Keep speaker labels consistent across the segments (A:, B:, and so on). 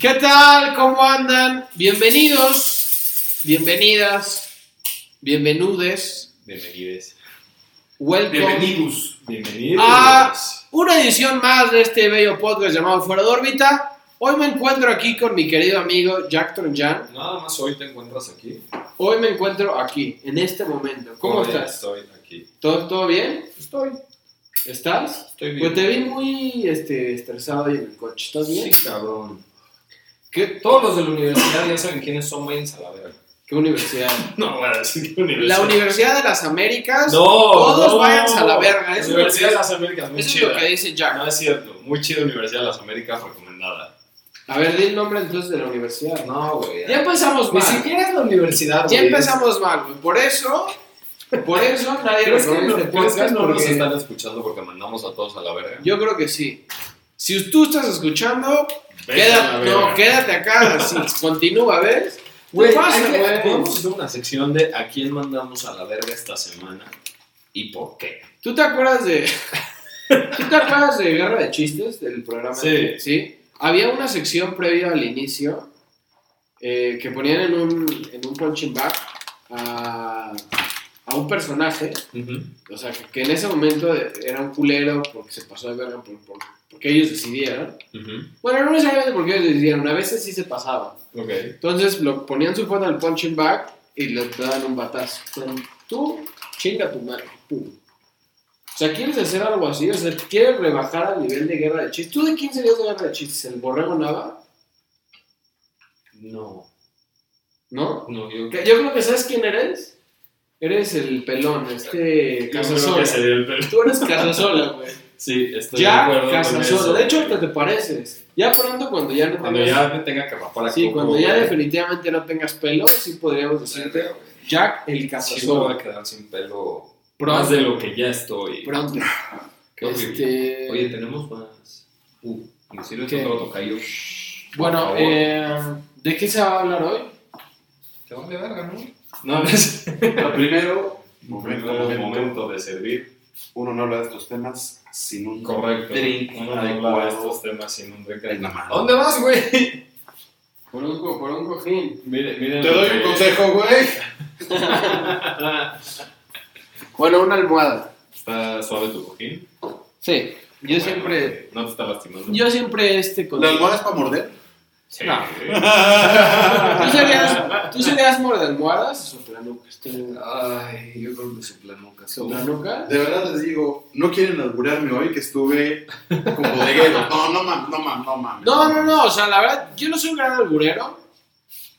A: ¿Qué tal? ¿Cómo andan? Bienvenidos, bienvenidas, bienvenudes,
B: Bienvenidos.
A: welcome
B: Bienvenidos. Ah. Bienvenidos.
A: a una edición más de este bello podcast llamado Fuera de órbita. Hoy me encuentro aquí con mi querido amigo Jack Jan.
B: Nada más hoy te encuentras aquí.
A: Hoy me encuentro aquí, en este momento. ¿Cómo
B: Hoy
A: estás?
B: Estoy aquí.
A: ¿Todo, todo bien?
B: Estoy.
A: ¿Estás?
B: Estoy bien.
A: Pues te vi muy este, estresado hoy en el coche. ¿Estás bien?
B: Sí, cabrón.
A: ¿Qué,
B: Todos los de la universidad ya saben quiénes son, váyanse a la verga.
A: qué universidad?
B: No, voy a decir que
A: La Universidad de las Américas.
B: No,
A: Todos
B: no.
A: váyanse a la verga, eso es lo
B: Universidad
A: que-
B: de las Américas, muy
A: Eso es
B: chida.
A: lo que dice Jack.
B: No es cierto, muy chida Universidad de las Américas recomendada.
A: A ver, di el nombre entonces de la universidad.
B: No, güey.
A: Ya empezamos
B: Ni
A: mal.
B: siquiera es la
A: Ya
B: universidad, güey.
A: empezamos mal, güey. Por eso, por eso nadie
B: ¿Crees
A: reconoce
B: que, no,
A: este
B: crees que
A: podcast
B: no nos
A: porque-
B: están escuchando porque mandamos a todos a la verga?
A: yo creo que sí. Si tú estás escuchando,
B: Vete a la
A: quédate,
B: verga.
A: no, quédate acá, así, continúa, ¿ves?
B: Güey,
A: ¿Qué pasa,
B: hay que-
A: güey?
B: podemos hacer una sección de a quién mandamos a la verga esta semana y por qué.
A: ¿Tú te acuerdas de. ¿Tú te acuerdas de Guerra de Chistes del programa?
B: Sí.
A: Había una sección previa al inicio eh, que ponían en un, en un punching bag a, a un personaje, o sea, que, que en ese momento era un culero porque se pasó de verga por, por- porque ellos decidieron. Bueno, no necesariamente porque ellos decidieron, a veces sí se pasaban.
B: Ok.
A: Entonces lo ponían su foto al punching bag y le daban un batazo. Con Tú, chinga tu madre. Pum. O sea, ¿quieres hacer algo así? O sea, ¿quieres rebajar al nivel de guerra de chistes? ¿Tú de quién serías de guerra de chistes? ¿El borrego Nava?
B: No,
A: ¿No?
B: no, yo,
A: Yo creo que ¿sabes quién eres? Eres el pelón, este
B: yo creo
A: Casasola.
B: que sería el peor.
A: Tú eres Casasola, güey.
B: Sí, estoy de
A: ya,
B: acuerdo con eso.
A: Casasola. De hecho, ahorita te pareces. Ya pronto, cuando ya no
B: cuando
A: tengas-
B: ya me tenga que rapar
A: Sí,
B: aquí,
A: cuando
B: güey,
A: ya definitivamente no tengas pelo, sí podríamos decirte
B: verga, güey.
A: Jack el
B: Sí, me
A: Casasola.
B: voy a quedar sin pelo
A: Pronto.
B: más de lo que ya estoy.
A: Pronto.
B: Qué horrible.
A: Este,
B: Oye, tenemos más. Uh, me sirve
A: ¿Qué?
B: todo tocayo. Por
A: bueno,
B: favor.
A: eh, ¿de qué se va a hablar hoy?
B: Te vale verga, ¿no? No, no es.
C: Lo primero,
B: Momento, momento de servir.
C: uno no habla de estos temas sin un
B: Correcto.
C: drink
B: Uno no habla de
C: adecuado
B: estos temas sin un drink
C: en la
B: adecuado.
C: mano.
B: ¿A dónde vas, güey?
A: Por un, co- por un cojín.
B: Miren, miren.
C: Te doy un consejo, güey.
A: Bueno, una almohada.
B: ¿Está suave tu cojín?
A: Sí, yo
B: Bueno,
A: siempre.
B: No te está lastimando.
A: Yo siempre este con.
C: ¿La almohada es para morder?
B: Sí.
A: No. ¿Tú serías, ¿Tú serías morde almohadas o soplanucas? ¿Tú-
B: Ay, yo creo que soplanucas.
A: ¿Soplanucas?
C: De verdad les digo, no quieren alburearme hoy que estuve como de guerra. No, no mames, no mames, no mames.
A: No, no, no, o sea, la verdad, yo no soy un gran alburero,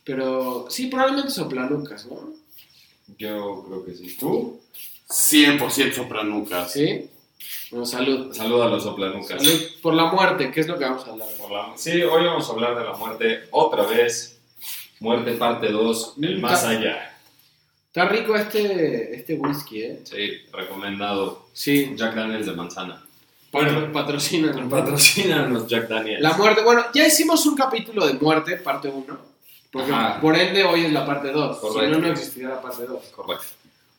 A: pero sí, probablemente soplanucas, ¿no?
B: Yo creo que sí. ¿Tú?
C: 100%
B: Ah,
C: sopranucas.
A: Sí. Bueno, salud.
B: Saluda a los soplanucas.
A: Salud por la muerte, que es lo que vamos a hablar.
B: Por la- Sí, hoy vamos a hablar de la muerte otra vez. Muerte parte 2, el
A: Nunca-
B: más allá.
A: Está rico este, este whisky, ¿eh?
B: Sí, recomendado.
A: Sí,
B: Jack Daniels de manzana.
A: Bueno, patrocinan.
B: Patrocínanos Jack Daniels.
A: La muerte, bueno, ya hicimos un capítulo de muerte, parte 1. Porque
B: Ajá.
A: por ende hoy es la parte 2. Si
B: Correcto.
A: no, no existiría la parte 2.
B: Correcto.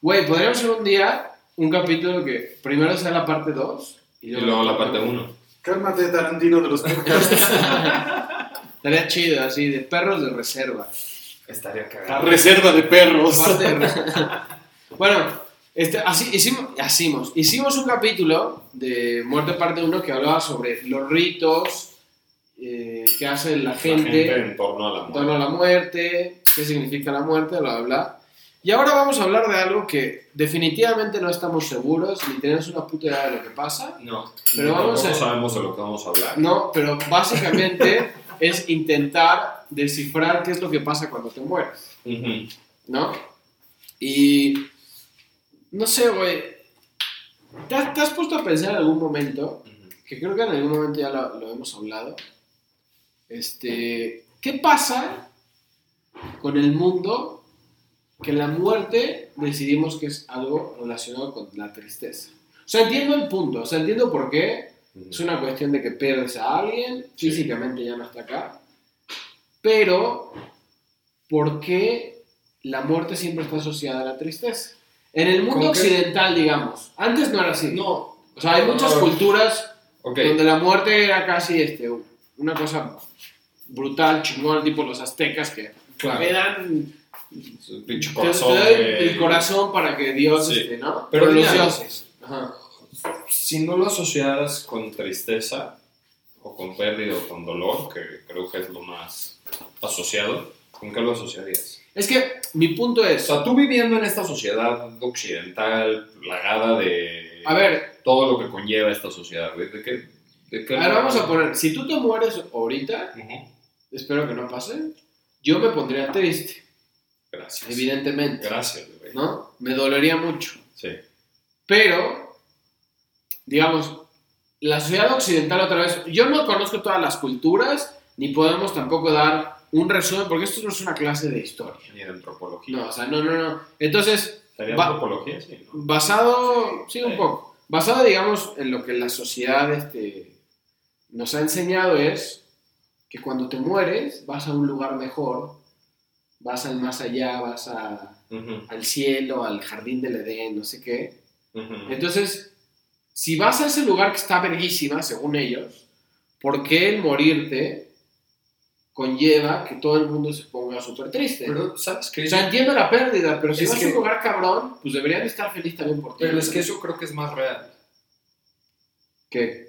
A: Güey, podríamos hacer un día un capítulo que primero sea la parte 2
B: Y luego la parte 1.
C: Cálmate, Tarantino de los podcasts.
A: Estaría chido, así, de perros de reserva.
B: Estaría
C: La
B: cagado.
C: reserva de perros.
A: Parte de reserva. bueno, este, así, hicimos, hicimos, hicimos un capítulo de muerte parte 1 que hablaba sobre los ritos eh, que hace
B: La gente en torno a la
A: en torno a la
B: muerte.
A: muerte, qué significa la muerte, bla, bla, bla. Y ahora vamos a hablar de algo que definitivamente no estamos seguros, ni tenemos una puta idea de lo que pasa.
B: No,
A: Pero vamos a-
B: no sabemos de lo que vamos a hablar.
A: No, pero básicamente es intentar descifrar qué es lo que pasa cuando te mueres,
B: Ujú.
A: ¿no? Y no sé, güey. ¿Te, has- te has puesto a pensar en algún momento, que creo que en algún momento ya lo, lo hemos hablado, este, ¿qué pasa con el mundo que la muerte decidimos que es algo relacionado con la tristeza? O sea, entiendo el punto, o sea, entiendo por qué.
B: Ujú.
A: Es una cuestión de que pierdes a alguien,
B: Sí.
A: físicamente ya no está acá, pero ¿por qué la muerte siempre está asociada a la tristeza? En el mundo
B: ¿Con qué?
A: occidental, digamos, antes no era así.
B: No,
A: O sea, hay muchas
B: No.
A: culturas
B: ok.
A: donde la muerte era casi este, una cosa brutal, chingón, tipo los aztecas que me dan
B: Su pinche
A: te-
B: corazón.
A: te doy
B: güey.
A: el corazón para que Dios,
B: Sí.
A: este, ¿no?
B: Pero
A: Pero los
B: mira,
A: dioses. Ajá.
B: Si no lo asociaras con tristeza, o con pérdida, o con dolor, que creo que es lo más asociado, ¿con qué lo asociarías?
A: Es que mi punto
B: O
A: es,
B: sea, tú viviendo en esta sociedad occidental, plagada de
A: a ver,
B: todo lo que conlleva esta sociedad, güey, ¿de qué? de qué-
A: ahora vamos a poner, si tú te mueres ahorita,
B: Ujú,
A: espero que no pase, yo me pondría triste,
B: Gracias.
A: evidentemente,
B: Gracias, güey.
A: ¿no? Me dolería mucho.
B: Sí.
A: Pero, digamos, la sociedad occidental otra vez, yo no conozco todas las culturas, ni podemos tampoco dar un resumen, porque esto no es una clase de historia.
B: Ni de antropología.
A: No, o sea, no, no, no. Entonces,
B: ¿Sería
A: Va-
B: antropología? Sí, ¿no?
A: basado, sí, un
B: Sí.
A: poco, basado, digamos, en lo que la sociedad este, nos ha enseñado es que cuando te mueres vas a un lugar mejor, vas al más allá, vas a-
B: Ujú,
A: al cielo, al jardín del Edén, no sé qué.
B: ujú.
A: Entonces, si vas a ese lugar que está verguísima, según ellos, ¿por qué el morirte conlleva que todo el mundo se ponga súper triste?
B: Pero, ¿sabes qué?
A: o sea, entiendo la pérdida, pero si
B: Es
A: vas
B: que-
A: a un lugar cabrón, pues deberían estar feliz también por ti.
B: Pero es que eso creo que es más real.
A: ¿Qué?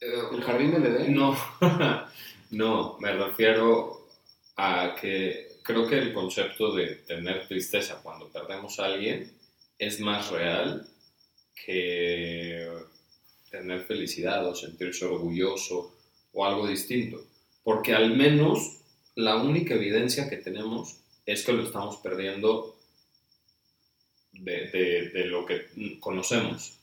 B: Eh,
A: ¿El jardín del Edén?
B: No, no, me refiero a que creo que el concepto de tener tristeza cuando perdemos a alguien es más real que tener felicidad o sentirse orgulloso o algo distinto. Porque al menos la única evidencia que tenemos es que lo estamos perdiendo de, de- de lo que conocemos.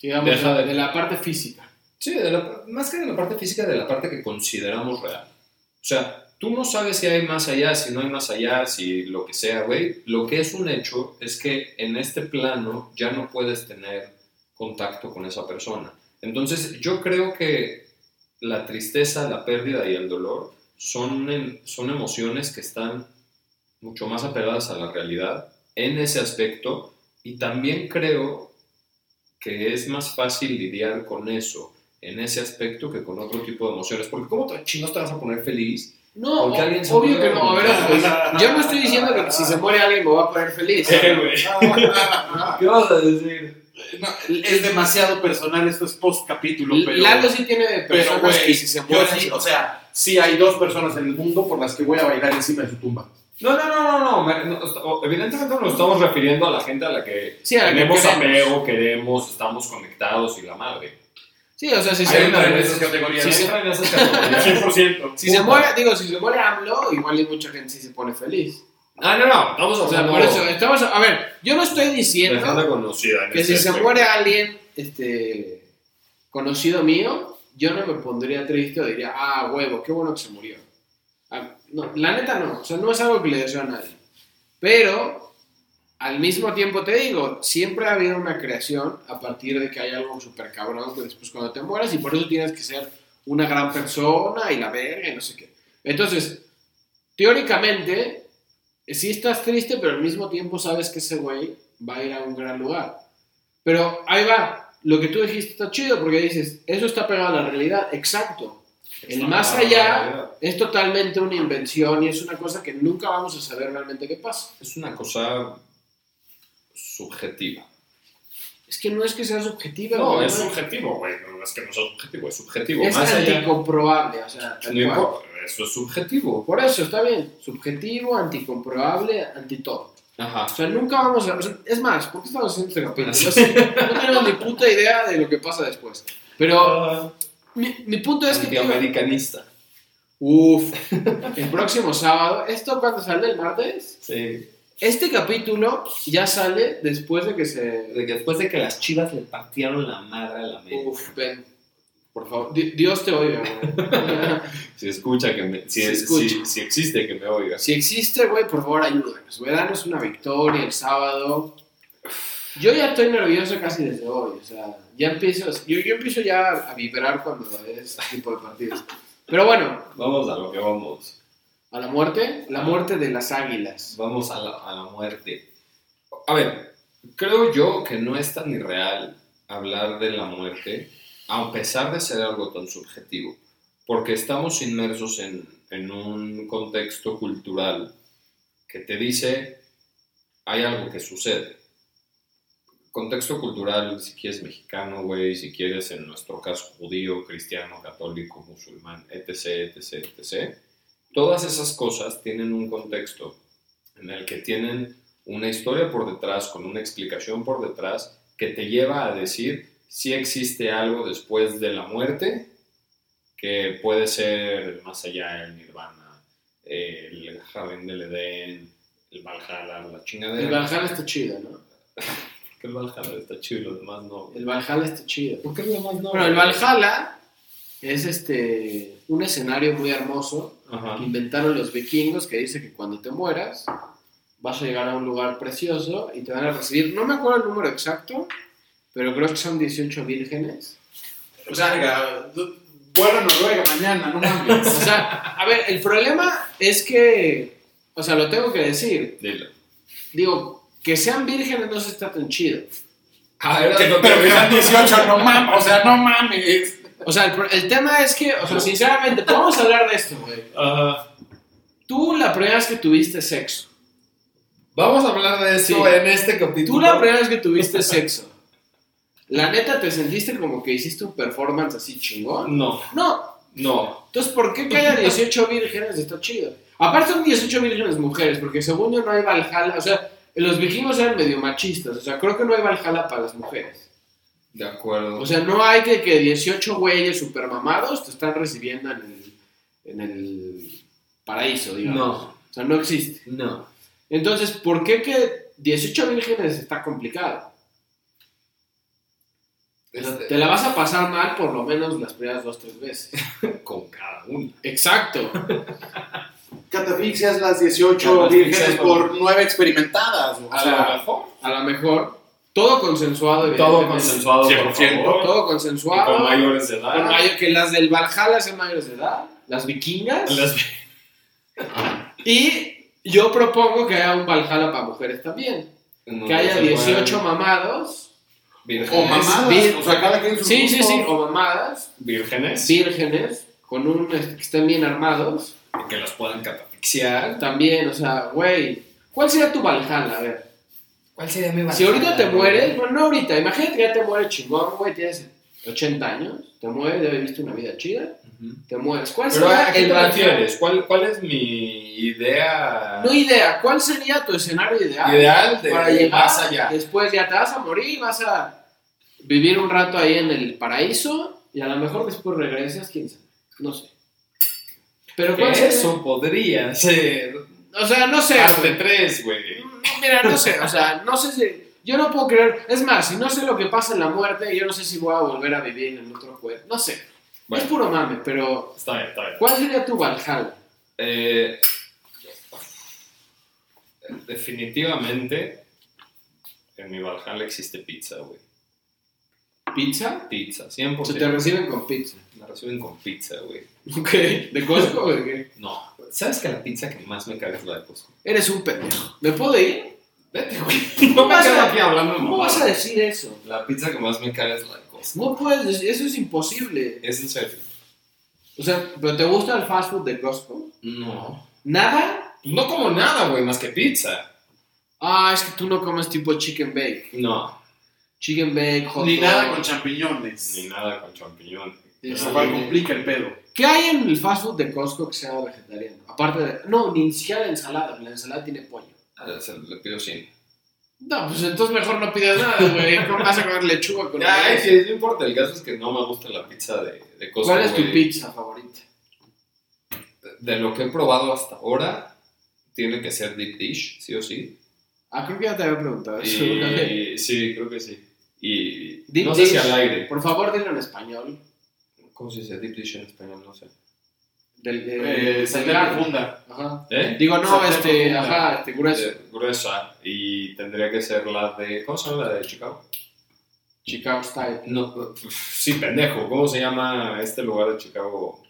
A: Digamos,
B: Deja de-
A: de la parte física.
B: Sí, de la par- más que de la parte física, de la parte que consideramos real. O sea, tú no sabes si hay más allá, si no hay más allá, si lo que sea, güey. Lo que es un hecho es que en este plano ya no puedes tener contacto con esa persona. Entonces, yo creo que la tristeza, la pérdida y el dolor son, en- son emociones que están mucho más apegadas a la realidad en ese aspecto y también creo que es más fácil lidiar con eso en ese aspecto que con otro tipo de emociones. Porque ¿cómo te chinos te vas a poner feliz?
A: No,
B: Porque
A: o-
B: alguien se
A: obvio
B: muere,
A: que no. A ver,
B: ¿no?
A: ojo, o sea, yo no estoy diciendo que si se muere alguien me voy a poner feliz.
B: ¿Qué vas a decir?
C: No, es demasiado personal, esto es post capítulo, pero.
A: Lalo sí tiene
C: pero,
A: personas
C: güey,
A: que si se
C: yo
A: mueren...
C: sí, o sea, sí hay dos personas en el mundo por las que voy a bailar encima de su tumba.
B: No, no, no, no, no. me- no, o- Evidentemente nos estamos refiriendo a la gente a la que
A: Sí, a la que
B: tenemos
A: queremos.
B: apego, queremos, estamos conectados y la madre.
A: Sí, o sea, si
C: Hay
A: se
C: una de
A: muere...
C: esas categorías.
A: Sí, sí.
B: Entra en esas categorías.
C: 100%.
A: Si se muere, digo, si se muere AMLO, igual hay mucha gente sí se pone feliz.
B: Ah, no, no, estamos
A: O sea,
B: hablando
A: por eso, estamos, a ver, yo no estoy
B: de gente
A: diciendo
B: conocida. en
A: que si
B: ese
A: se
B: aspecto.
A: muere alguien, este, conocido mío, yo no me pondría triste o diría, ah, huevo, qué bueno que se murió. Ah, no, la neta no, o sea, no es algo que le deseo a nadie. Pero, al mismo tiempo te digo, siempre ha habido una creación a partir de que hay algo súper cabrón que después cuando te mueras y por eso tienes que ser una gran persona y la verga y no sé qué. Entonces, teóricamente, eh, sí estás triste, pero al mismo tiempo sabes que ese güey va a ir a un gran lugar. Pero ahí va, lo que tú dijiste está chido porque dices, eso está pegado a la realidad, exacto. El más allá es totalmente una invención y es una cosa que nunca vamos a saber realmente qué pasa.
B: Es una cosa subjetiva.
A: Es que no es que sea subjetiva,
B: No,
A: güey,
B: es
A: no.
B: subjetivo, güey. No es que no sea subjetivo, es subjetivo.
A: es
B: más allá.
A: anticomprobable, o sea, tal
B: No
A: cual.
B: importa, eso es subjetivo.
A: Por eso está bien, subjetivo, anticomprobable, anti todo.
B: Ajá.
A: O sea, nunca vamos a. o sea, es más, ¿por qué estamos haciendo este capítulo? No, sé, no tenemos ni puta idea de lo que pasa después. Pero
B: Ah.
A: mi, mi punto es que.
B: Antiamericanista.
A: Uf, el próximo sábado. ¿Esto cuándo sale? ¿El martes?
B: Sí.
A: Este capítulo ya sale después de que se.
B: De que después de que las chivas le partieron la madre a la América.
A: Uf, ven. Por favor, Di- Dios te oiga, güey.
B: Si escucha que me. Si,
A: Si
B: es-
A: escucha.
B: si- si existe que me oiga.
A: Si existe, güey, por favor ayúdanos, güey. Danos una victoria el sábado. Yo ya estoy nervioso casi desde hoy, o sea, ya empiezo, yo, yo empiezo ya a vibrar cuando es este tipo de partidos. Pero bueno,
B: Vamos a lo que vamos.
A: a la muerte, la muerte de las águilas.
B: Vamos a la, a la muerte. A ver, creo yo que no es tan irreal hablar de la muerte, a pesar de ser algo tan subjetivo. porque estamos inmersos en, en un contexto cultural que te dice hay algo que sucede. Contexto cultural, si quieres mexicano, güey, si quieres en nuestro caso judío, cristiano, católico, musulmán, etc., etc., etc. Todas esas cosas tienen un contexto en el que tienen una historia por detrás, con una explicación por detrás, que te lleva a decir si existe algo después de la muerte, que puede ser el más allá, el nirvana, el jardín del Edén, el Valhalla, la chingadera.
A: El Valhalla está chido, ¿no?
B: Que el Valhalla está chido y los demás no.
A: El Valhalla está chido.
B: ¿Por qué los demás no?
A: Bueno, el Valhalla es este un escenario muy hermoso
B: Ajá.
A: que inventaron los vikingos que dice que cuando te mueras vas a llegar a un lugar precioso y te van a recibir, no me acuerdo el número exacto, pero creo que son 18 vírgenes.
C: O sea, verga, vuelvo a Noruega mañana, no
A: O
C: mames.
A: sea, a ver, el problema es que, o sea, lo tengo que decir,
B: Dilo.
A: digo, que sean vírgenes no se está tan chido.
B: Ah, era
C: Que no te vean 18, no mames. O sea, no mames.
A: O sea, el, pro- el tema es que, o sea, sinceramente, podemos hablar de esto, güey.
B: Ah,
A: Tú la primera vez que tuviste sexo.
B: vamos a hablar de eso
A: Sí.
B: en este capítulo.
A: Tú la primera vez que tuviste sexo. La neta, ¿te sentiste como que hiciste un performance así chingón?
B: No,
A: No.
B: no.
A: Entonces, ¿por qué que haya 18 vírgenes está chido? Aparte son 18 vírgenes mujeres, porque según yo no hay Valhalla, o sea, los vikingos eran medio machistas, o sea, creo que no hay Valhalla para las mujeres.
B: De acuerdo.
A: O sea, no hay que, que 18 güeyes super mamados te están recibiendo en el, en el paraíso, digamos.
B: no,
A: O sea, no existe.
B: no.
A: Entonces, ¿por qué que 18 vírgenes está complicado? O sea,
B: Este,
A: Te la vas a pasar mal por lo menos las primeras dos, tres veces.
B: este, Con cada uno.
A: Exacto.
C: Catafixias las 18
B: Catafixias,
C: vírgenes
B: mamá.
C: por 9 experimentadas. O
B: A
C: sea,
B: lo mejor.
A: A lo mejor, todo consensuado.
B: Todo
A: evidentemente.
B: consensuado, por
C: 100%.
B: favor.
A: Todo
B: Y
A: consensuado.
B: Con mayores de edad.
A: Con mayor- que las del Valhalla sean mayores de edad. Las vikingas.
B: Las-
A: Y yo propongo que haya un Valhalla para mujeres también.
B: en
A: que
B: donde
A: haya
B: se
A: 18
B: mueven
A: mamados.
C: o
B: vírgenes.
C: mamadas.
A: bien.
C: O sea, cada quien su
A: Sí, sí,
C: gusto.
A: sí. O mamadas.
B: Vírgenes.
A: Vírgenes. Con un, este, que estén bien armados.
B: Que las puedan catafixiar.
A: También, o sea, güey. ¿Cuál sería tu Valhalla? A ver.
B: ¿Cuál sería mi
A: Si ahorita te mueres, bueno, no ahorita, imagínate que ya te mueres chingón, güey, tienes 80 años, te mueres, ya viviste una vida chida, te mueres. ¿Cuál
B: Pero
A: sería
B: ¿a qué
A: el
B: te
A: Valhalla?
B: refieres? ¿Cuál, ¿Cuál es mi idea
A: No idea, ¿cuál sería tu escenario ideal?
B: ideal de
A: para llegar
B: más allá?
A: Después ya te vas a morir, vas a vivir un rato ahí en el paraíso y a lo mejor después regresas, quién sabe, no sé. Pero
B: Que
A: ¿cuál sería?
B: eso Ah, podría ser
A: O sea, no sé.
B: parte
A: güey.
B: 3, güey.
A: Mm, Mira, no sé, o sea, no sé si. Yo no puedo creer. Es más, si no sé lo que pasa en la muerte, yo no sé si voy a volver a vivir en otro cuerpo. No sé.
B: Bueno.
A: Es puro mame, pero.
B: Está bien, está bien.
A: ¿Cuál sería tu Valhalla?
B: Eh, definitivamente, en mi Valhalla existe pizza, güey.
A: ¿Pizza?
B: Pizza, 100%.
A: Se te reciben con pizza.
B: Me reciben con pizza, güey.
A: Ok. ¿De Costco o de qué?
B: No, ¿sabes que la pizza que más me caga es la de Costco?
A: Eres un pendejo. ¿Me puedo ir?
B: Vete, güey. No me
A: vas a-
B: quedo aquí hablando,
A: ¿Cómo
B: mamá.
A: vas a decir eso?
B: La pizza que más me caga es la de Costco.
A: No puedes decir, eso es imposible.
B: ¿Es en serio?
A: O sea, ¿pero te gusta el fast food de Costco?
B: No.
A: ¿Nada?
B: No como nada, güey, más que pizza.
A: Ah, es que tú no comes tipo chicken bake.
B: No.
A: Chicken bake, hot
C: Ni
A: dog.
C: nada con champiñones.
B: Ni nada con champiñón.
A: Este,
C: Lo cual complica el pedo.
A: ¿Qué hay en el fast food de Costco que sea vegetariano? Aparte de. No, ni siquiera la ensalada, la ensalada tiene pollo.
B: Ah, se- Le pido sin.
A: No, pues entonces mejor no pidas nada, güey. ¿Cómo vas a comer lechuga con
B: Ya,
A: mayonesa?
B: sí, no importa. El caso es que no me gusta la pizza de, de Costco.
A: ¿Cuál es tu
B: güey.
A: pizza favorita?
B: De lo que he probado hasta ahora, tiene que ser deep dish, sí o sí.
A: Ah, creo que ya te había preguntado eso.
B: Eh,
A: una vez.
B: Y, sí, creo que sí. Y
A: Deep
B: no sé si
A: dish.
B: al aire.
A: Por favor, dilo en español.
B: ¿Cómo se dice deep dish en español? No sé.
A: Del, de-
C: Eh,
A: del-
C: Sandra profunda.
A: Ajá.
B: ¿Eh?
A: Digo, no,
C: Sartén
A: este,
C: profunda.
A: ajá, este, grueso.
B: Eh, gruesa y tendría que ser la de ¿cómo se llama la de Chicago?
A: Chicago style.
B: No, sí, pendejo, ¿cómo se llama este lugar de Chicago?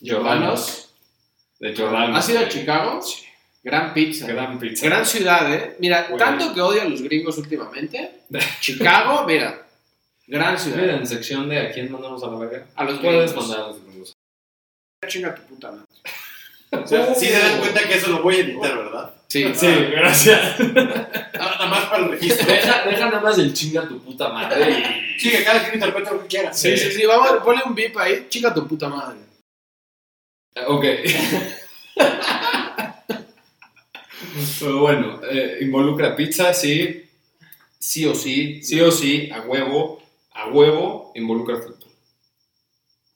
A: Giordano's.
B: De Jordan.
A: ¿Has ido a Chicago?
B: Sí.
A: Gran pizza.
B: Gran pizza.
A: Gran ciudad, ¿eh? Mira,
B: Güey.
A: tanto que odio a los gringos últimamente. Chicago, mira. Gran ciudad.
B: Mira, en sección de a quién mandamos a la verga.
A: A los
B: Puedes
A: gringos.
B: mandar a los gringos.
A: chinga tu puta madre.
C: O sea, sí se dan cuenta que eso lo voy a editar, ¿verdad?
B: Sí, sí, gracias.
C: Nada más para el registro.
B: Deja, deja nada más el chinga tu puta madre. y-
C: Sí, que cada quien interprete lo que quiera.
A: Sí, sí, sí, vamos, ponle un bip ahí, chinga tu puta madre.
B: Eh, Ok. Pero bueno, eh, involucra pizza, sí. Sí o sí, sí o sí, a huevo, a huevo, involucra fútbol.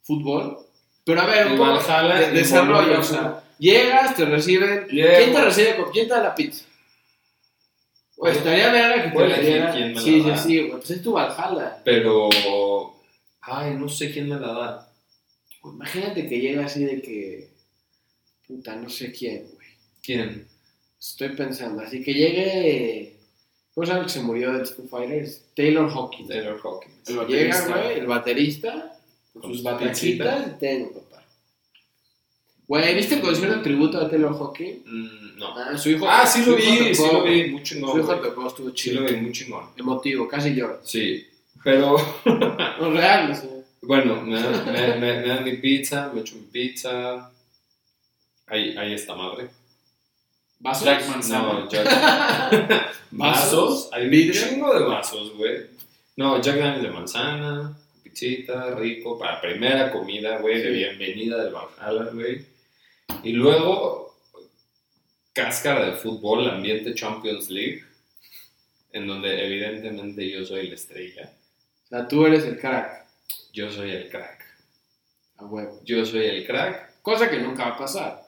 A: Fútbol. Pero a ver,
B: El
A: un poco
B: Valhalla
A: de-
B: involucra
A: desarrollo, o
B: fútbol.
A: sea, llegas, te reciben.
B: Llego.
A: ¿Quién te recibe? con- ¿Quién te da la pizza? Pues estaría verga que te
B: Voy a
A: la
B: elegir
A: diera.
B: quién me la
A: Sí, sí,
B: da.
A: sí, güey, pues es tu Valhalla.
B: Pero. Ay, no sé quién me la da.
A: Pues imagínate que llega así de que. Puta, no sé quién, güey.
B: ¿Quién?
A: Estoy pensando. Así que llegue. ¿Cómo se llama el que se murió de Foo Fighters? Taylor Hawkins.
B: Taylor Hawkins.
C: El
A: Llega,
C: baterista.
A: güey, el baterista. Con
B: Con
A: sus
B: sus
A: bataquitas y tengo, papá. Güey, ¿viste el concierto de tributo a Taylor Hawkins?
B: Mm, no.
A: Ah, su hijo.
B: Ah, sí
A: su
B: lo
A: hijo
B: vi, sí
A: tocó,
B: lo
A: güey.
B: vi, muy
A: Su
B: chingón.
A: hijo
B: güey.
A: tocó, estuvo
B: Sí
A: chido.
B: lo vi, muy chingón.
A: Emotivo, casi lloro.
B: Sí. Pero.
A: No, real, o sea.
B: Bueno, me dan, me- me- me dan mi pizza, me echo mi pizza. Ahí, ahí está madre.
A: ¿Vasos?
C: Jack Manzana.
B: No, Jack.
A: ¿Vasos?
B: ¿Vasos? Hay un
A: ¿Vidrio?
B: chingo de vasos, güey. No, Jack Daniels de manzana, pizzita, rico, para primera comida, güey, de
A: Sí.
B: bienvenida del Valhalla, güey. Y luego, cáscara de fútbol, ambiente Champions League, en donde evidentemente yo soy la estrella,
A: O sea, tú eres el crack.
B: yo soy el crack,
A: A huevo.
B: yo soy el crack,
A: Cosa que nunca va a pasar.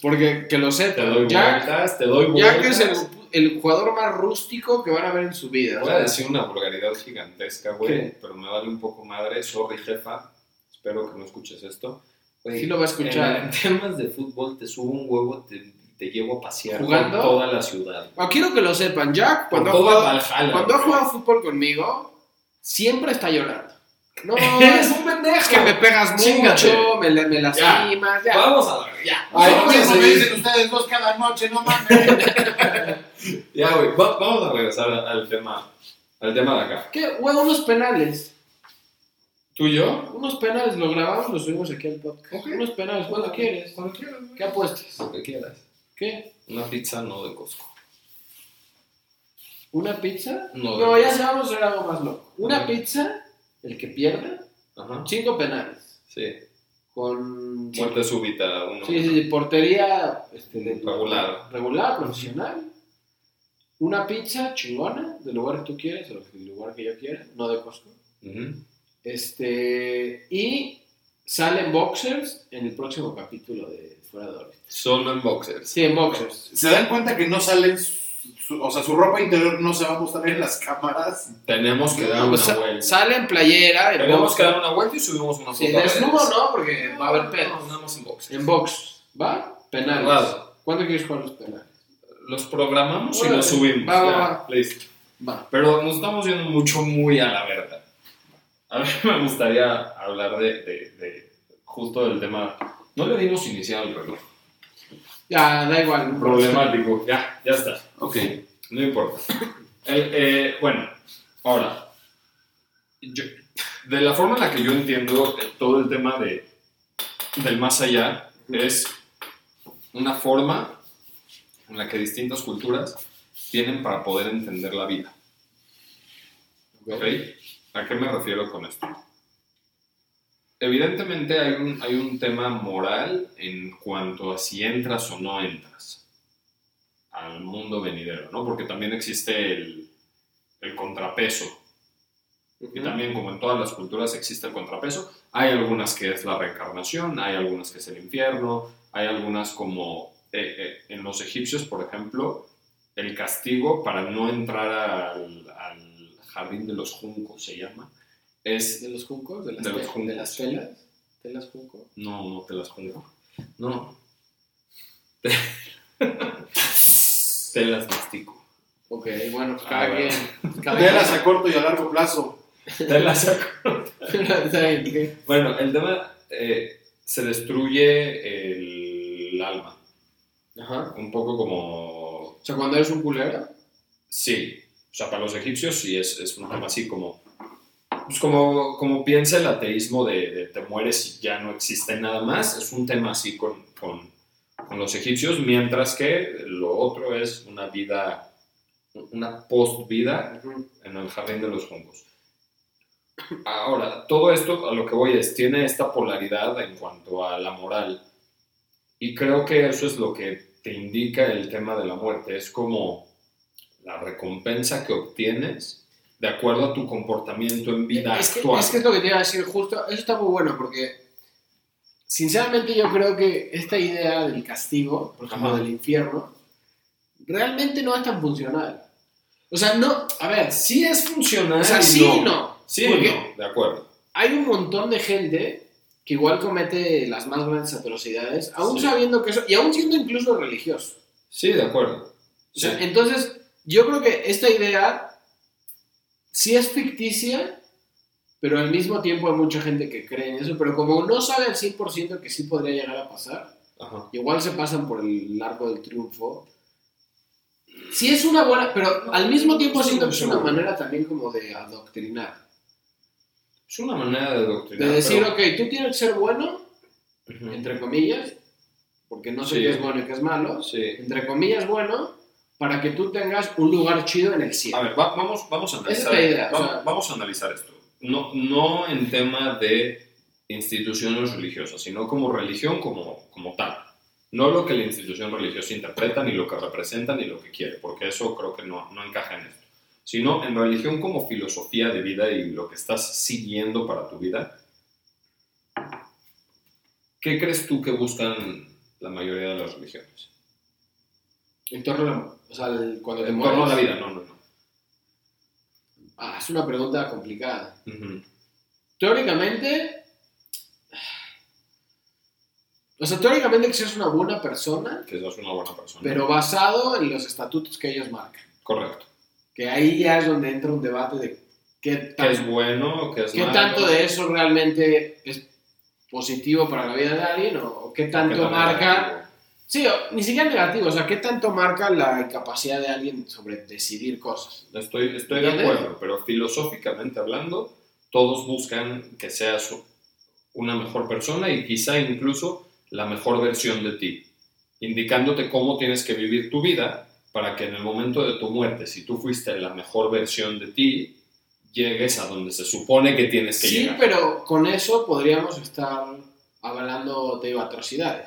A: Porque, que lo
B: te
A: sepa,
B: doy
A: Jack,
B: vueltas, te doy vueltas.
A: Jack es el, el jugador más rústico que van a ver en su vida.
B: Voy a decir una vulgaridad gigantesca, güey,
A: ¿Qué?
B: pero me vale un poco madre. Sorry, jefa. Espero que no escuches esto. Güey,
A: Sí lo va a escuchar.
B: En, en temas de fútbol te subo un huevo, te, te llevo a pasear
A: ¿Jugando?
B: por toda la ciudad.
A: Ah, quiero que lo sepan, Jack,
B: Por
A: cuando ha
B: toda
A: jugado,
B: Valhalla.
A: cuando ha
B: güey.
A: jugado fútbol conmigo, siempre está llorando. No,
B: ¡Eres
A: es
B: un pendejo!
A: que me pegas
B: Chíngate.
A: mucho, me, la- me lastimas, ya.
B: Vamos a ver, ya.
A: Ay,
C: Solo
B: vamos, a
A: sí,
C: eso me
B: seguir.
C: dicen ustedes dos cada noche, no mames.
B: Ya, güey, va- vamos a regresar a- al tema, al tema de acá.
A: ¿Qué? Güey, unos penales.
B: ¿Tú y yo?
A: Unos penales, lo grabamos, lo subimos aquí al podcast.
B: Ok.
A: Unos penales, ¿cuándo quieres?
B: Cuando quieras, güey.
A: ¿Qué apuestas?
B: Lo que quieras.
A: ¿Qué?
B: Una pizza no de Costco.
A: ¿Una pizza?
B: No.
A: No, ya se vamos a hacer algo más loco. Una
B: Ok.
A: pizza, el que pierda,
B: Ajá.
A: cinco penales.
B: Sí.
A: Con.
B: Muerte súbita, uno.
A: Sí, sí, sí, portería este, de-
B: Regular.
A: regular, profesional. Una pizza chingona, del lugar que tú quieres, o del lugar que yo quiera, no de Costco.
B: Ujú.
A: Este, y salen boxers en el próximo capítulo de Fuera de Orden.
B: Solo en boxers.
A: Sí, en boxers.
C: ¿Se dan cuenta que no salen, su- o sea, su ropa interior no se va a mostrar en las cámaras?
B: Tenemos que dar
A: O
B: una
A: sea,
B: vuelta.
A: sale en playera, en
B: Tenemos
A: boxers.
B: que dar una vuelta y subimos una foto.
A: Sí,
B: a
A: desnudo
B: redes. Eh,
A: no, porque va a haber
B: No,
A: pedos.
B: nada más en boxers.
A: En box, ¿va? Penales.
B: Cerrado.
A: ¿Cuándo quieres jugar los penales?
B: Los programamos y
A: Órale.
B: los subimos.
A: Va, va,
B: ya,
A: va.
B: Listo.
A: Va.
B: Pero nos estamos yendo mucho muy a la verdad. A mí me gustaría hablar de, de- de- justo del tema. No le dimos inicial al reloj.
A: Ya, da igual. no
B: Problemático. Ya, ya está.
C: Ok.
B: No importa. El, eh, bueno, ahora, yo- de la forma en la que yo entiendo eh, todo el tema de, del más allá, es una forma en la que distintas culturas tienen para poder entender la vida. ¿ok?
A: importa.
B: ¿A qué me refiero con esto? Evidentemente hay un, hay un tema moral en cuanto a si entras o no entras al mundo venidero, ¿no? Porque también existe el, el contrapeso. Y también, como en todas las culturas, existe el contrapeso. Hay algunas que es la reencarnación, hay algunas que es el infierno, hay algunas como eh, eh, en los egipcios, por ejemplo, el castigo para no entrar al, al jardín de los juncos se llama. Es
A: ¿De los juncos? ¿De las,
B: De los
A: te-
B: juncos.
A: de las telas? ¿Telas junco?
B: No, no te las junco. No. Te, las mastico.
A: Ok, bueno, pues
B: Ah,
A: cada
B: bueno.
A: quien. Cada
C: Telas a corto y a largo plazo.
B: Te las saco.
A: quien. Está bien, ¿qué?
B: Bueno, el tema eh, se destruye el alma.
A: Ajá.
B: Un poco como.
A: O sea, cuando eres un culero,
B: Sí. O sea, para los egipcios sí es, es un tema así como. Pues como, como piensa el ateísmo de, de te mueres y ya no existe nada más, es un tema así con, con- con los egipcios, mientras que lo otro es una vida, una post-vida en el jardín de los hongos. Ahora, todo esto a lo que voy es, tiene esta polaridad en cuanto a la moral. Y creo que eso es lo que te indica el tema de la muerte. Es como la recompensa que obtienes de acuerdo a tu comportamiento en vida
A: es, que,
B: actual.
A: es que es lo que te iba a decir justo. Eso está muy bueno porque, sinceramente, yo creo que esta idea del castigo, por ejemplo,
B: Ajá.
A: del infierno, realmente no es tan funcional. O sea, no, a ver,
B: Sí es funcional.
A: o sea,
B: y
A: sí y no.
B: Sí y
A: porque
B: no, de acuerdo.
A: hay un montón de gente que igual comete las más grandes atrocidades, aún
B: Sí.
A: sabiendo que eso, y aún siendo incluso religioso.
B: Sí, de acuerdo.
A: O
B: Sí.
A: sea, entonces, yo creo que esta idea sí es ficticia, pero al mismo tiempo hay mucha gente que cree en eso, pero como no sabe al 100% que sí podría llegar a pasar,
B: Ajá.
A: igual se pasan por el arco del triunfo. Sí es una buena, pero al mismo tiempo
B: Sí,
A: siento que es una
B: sí.
A: manera también como de adoctrinar.
B: Es una manera de
A: De
B: doctrinar.
A: decir, ok, tú tienes que ser bueno,
B: pero-
A: entre comillas, porque no sé
B: Sí.
A: qué es bueno y qué es malo,
B: Sí.
A: entre comillas bueno, para que tú tengas un lugar chido en el cielo.
B: A ver, va- vamos, vamos a
A: Esa es
B: analizar.
A: la idea,
B: va-
A: o sea-
B: vamos a analizar esto. No, no en tema de instituciones religiosas, sino como religión como, como tal. No lo que la institución religiosa interpreta, ni lo que representa, ni lo que quiere, porque eso creo que no, no encaja en esto. Sino en religión como filosofía de vida y lo que estás siguiendo para tu vida. ¿Qué crees tú que buscan la mayoría de las religiones?
A: En torno a la, o sea, el- cuando te
B: En torno a la
A: mueres.
B: vida, no, no, no.
A: Ah, es una pregunta complicada.
B: Ujú.
A: Teóricamente, o sea, teóricamente que seas una buena persona,
B: Que seas una buena persona.
A: pero basado en los estatutos que ellos marcan.
B: Correcto.
A: Que ahí ya es donde entra un debate de qué,
B: qué
A: tan-
B: es bueno, qué es
A: qué
B: malo.
A: tanto de eso realmente es positivo para la vida de alguien o, o qué tanto
B: qué tan
A: marca...
B: negativo.
A: Sí, o- ni siquiera negativo, o sea, qué tanto marca la incapacidad de alguien sobre decidir cosas.
B: Estoy, estoy de
A: ¿Entiendes?
B: acuerdo, pero filosóficamente hablando, todos buscan que seas una mejor persona y quizá incluso la mejor versión de ti, indicándote cómo tienes que vivir tu vida para que en el momento de tu muerte, si tú fuiste la mejor versión de ti, llegues a donde se supone que tienes que
A: Sí,
B: llegar.
A: pero con eso podríamos estar hablando de atrocidades.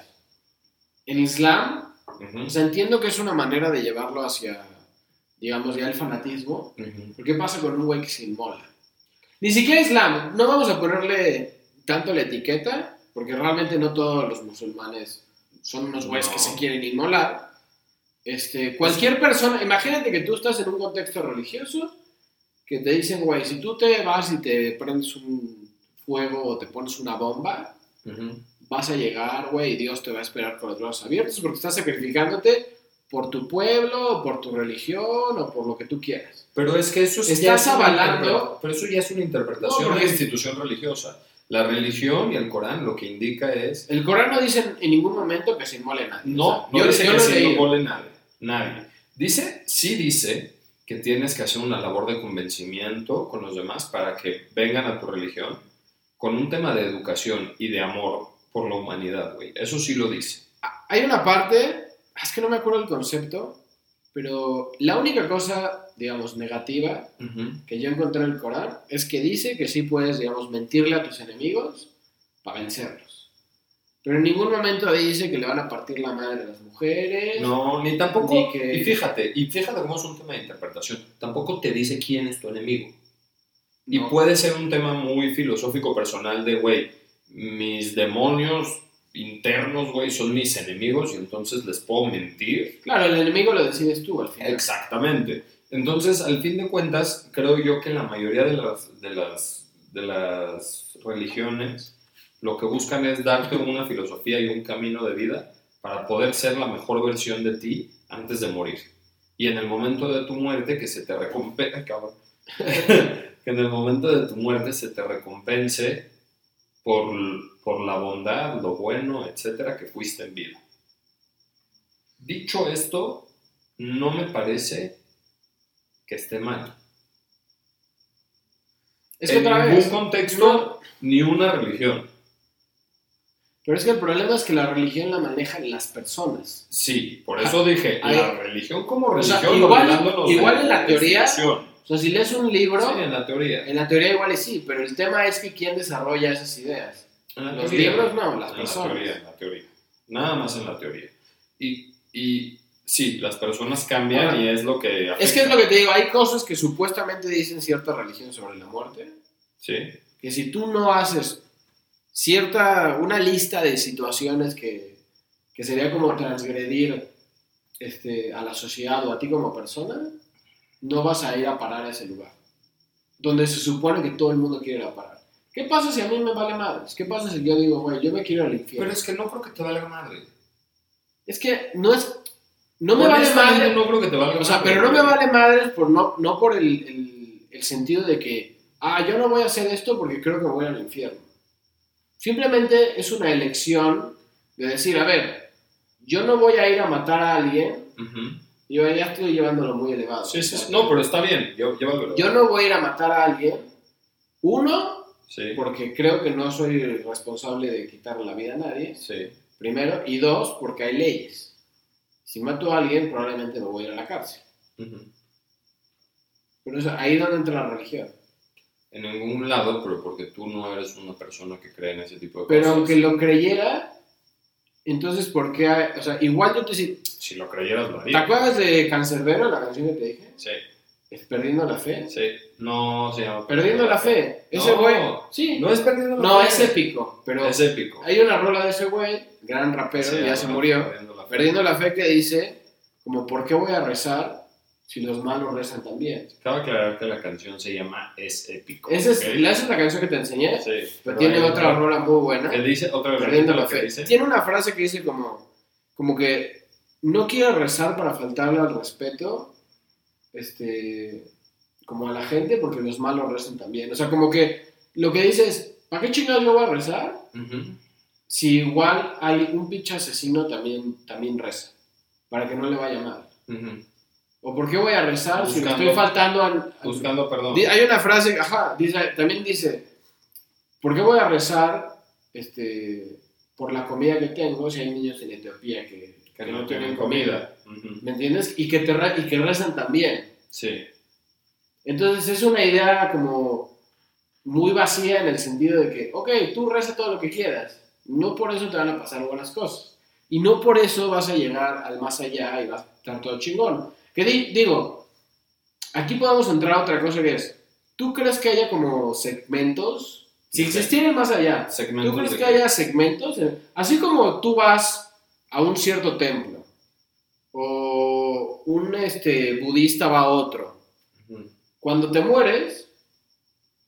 A: En Islam,
B: Ujú,
A: o sea, entiendo que es una manera de llevarlo hacia, digamos, ya el fanatismo.
B: ujú.
A: ¿Por qué pasa con un güey que se inmola? Ni siquiera Islam, no vamos a ponerle tanto la etiqueta, porque realmente no todos los musulmanes son unos güeyes
B: No.
A: que se quieren inmolar. Este, cualquier persona, imagínate que tú estás en un contexto religioso que te dicen, güey, si tú te vas y te prendes un fuego o te pones una bomba,
B: Ujú.
A: vas a llegar, güey, y Dios te va a esperar con los brazos abiertos porque estás sacrificándote por tu pueblo, o por tu religión o por lo que tú quieras.
B: Pero es que eso es
A: Estás
B: ya es una
A: avalando-
B: interpre- Pero eso ya es una interpretación
A: No,
B: de
A: porque-
B: institución religiosa. La religión y el Corán lo que indica es
A: El Corán no dice en ningún momento que se inmole nadie.
B: no,
A: O sea,
B: no
A: yo,
B: dice
A: yo
B: que
A: lo
B: se
A: leí.
B: inmole nadie, nadie. Dice, sí dice que tienes que hacer una labor de convencimiento con los demás para que vengan a tu religión con un tema de educación y de amor por la humanidad, güey. Eso sí lo dice.
A: Hay una parte, es que no me acuerdo el concepto, pero la única cosa, digamos, negativa que yo encontré en el Corán es que dice que sí puedes, digamos, mentirle a tus enemigos para vencerlos. Pero en ningún momento dice que le van a partir la madre a las mujeres.
B: No, ni tampoco.
A: Ni que-
B: Y fíjate, y fíjate cómo es un tema de interpretación. Tampoco te dice quién es tu enemigo. Y
A: No.
B: puede ser un tema muy filosófico personal de, güey, mis demonios internos, güey, son mis enemigos y entonces les puedo mentir.
A: Claro, el enemigo lo decides tú al final.
B: Exactamente. Entonces, al fin de cuentas, creo yo que la mayoría de las, de las, de las religiones lo que buscan es darte una filosofía y un camino de vida para poder ser la mejor versión de ti antes de morir. Y en el momento de tu muerte que se te recompense, que en el momento de tu muerte se te recompense por, por la bondad, lo bueno, etcétera, que fuiste en vida. Dicho esto, no me parece que esté mal.
A: Es que
B: en
A: otra
B: ningún
A: vez.
B: contexto ni una religión.
A: Pero es que el problema es que la religión la manejan las personas.
B: Sí, por eso dije,
A: Ahí-
B: la religión como
A: O sea,
B: religión.
A: igual-
B: dominándonos
A: igual
B: de
A: en la teoría,
B: institución.
A: O sea, si lees un libro,
B: Sí, en la teoría.
A: en la teoría igual es sí, pero el tema es que quién desarrolla esas ideas.
B: En la
A: Los
B: teoría.
A: libros no, las
B: en la
A: personas.
B: teoría, en la teoría. Nada más en la teoría. Y, y sí, las personas cambian
A: Ahora,
B: y es lo que
A: Es que es lo que te digo, hay cosas que supuestamente dicen cierta religión sobre la muerte,
B: Sí,
A: que si tú no haces cierta, una lista de situaciones que, que sería como transgredir este, a la sociedad o a ti como persona, no vas a ir a parar a ese lugar, donde se supone que todo el mundo quiere ir a parar. ¿Qué pasa si a mí me vale madres? ¿Qué pasa si yo digo, güey, yo me quiero ir al infierno?
B: pero es que no creo que te valga madre.
A: es que no es, no me vale
B: Honestamente,
A: madre,
B: No creo que te valga
A: O sea,
B: madre.
A: pero no me vale madres por no, no por el, el- el sentido de que, ah, yo no voy a hacer esto porque creo que me voy al infierno. Simplemente es una elección de decir, a ver, yo no voy a ir a matar a alguien,
B: Ujú.
A: yo ya estoy llevándolo muy elevado.
B: Sí, sí,
A: O
B: sí.
A: sea,
B: No, pero está bien. Yo, llévalo.
A: Yo no voy a ir a matar a alguien, uno,
B: Sí,
A: porque creo que no soy responsable de quitarle la vida a nadie,
B: sí.
A: primero, y dos, porque hay leyes. Si mato a alguien, probablemente me voy a ir a la cárcel.
B: Ujú.
A: Pero es ahí donde entra la religión.
B: en ningún lado, pero porque tú no eres una persona que cree en ese tipo de
A: Pero
B: cosas.
A: aunque lo creyera, entonces, ¿por qué? hay- O sea, igual yo te si-
B: Si lo creyeras, lo
A: ¿Te
B: haría.
A: acuerdas de Cancerbero, la canción que te dije?
B: Sí,
A: Es Perdiendo la fe.
B: sí. No se llama...
A: Perdiendo la fe. Ese
B: No.
A: güey. Sí.
B: No es perdiendo la
A: No,
B: fe.
A: es épico. Pero
B: Es épico.
A: hay una rola de ese güey, gran rapero,
B: Sí,
A: ya
B: no,
A: se
B: no,
A: murió.
B: Perdiendo la fe.
A: Perdiendo la fe que dice, como, ¿por qué voy a rezar si los malos rezan también?
B: Cabe aclarar que la canción se llama Es épico.
A: Esa
B: ¿ok?
A: es, la- esa es la canción que te enseñé.
B: Sí.
A: Pero tiene
B: hay
A: otra
B: una-
A: rola muy buena.
B: Que dice otra vez
A: perdiendo
B: lo
A: la
B: que
A: fe.
B: dice.
A: Tiene una frase que dice como, como que no quiero rezar para faltarle al respeto, este, como a la gente, porque los malos rezan también. O sea, como que lo que dice es, ¿para qué chingados yo voy a rezar?
B: Ujú.
A: Si igual hay un pinche asesino también, también reza, para que no le vaya mal.
B: Ujú.
A: ¿O por qué voy a rezar si le
B: Buscando-
A: estoy faltando al... al-
B: Buscando perdón.
A: Di- Hay una frase, ajá, dice, también dice, ¿por qué voy a rezar este, por la comida que tengo si hay niños en Etiopía que, que no, tienen comida?
B: Ujú.
A: ¿Me entiendes? Y que, te re- y que rezan también.
B: Sí.
A: Entonces es una idea como muy vacía en el sentido de que, ok, tú reza todo lo que quieras, no por eso te van a pasar buenas cosas. Y no por eso vas a llegar al más allá y vas a estar todo chingón. Que di- digo, aquí podemos entrar a otra cosa que es, ¿tú crees que haya como segmentos? Si
B: Ok.
A: existiera el más allá,
B: Segmentos
A: ¿tú crees
B: de-
A: que haya segmentos? Eh, Así como tú vas a un cierto templo, o un este, budista va a otro,
B: Ujú.
A: cuando te mueres,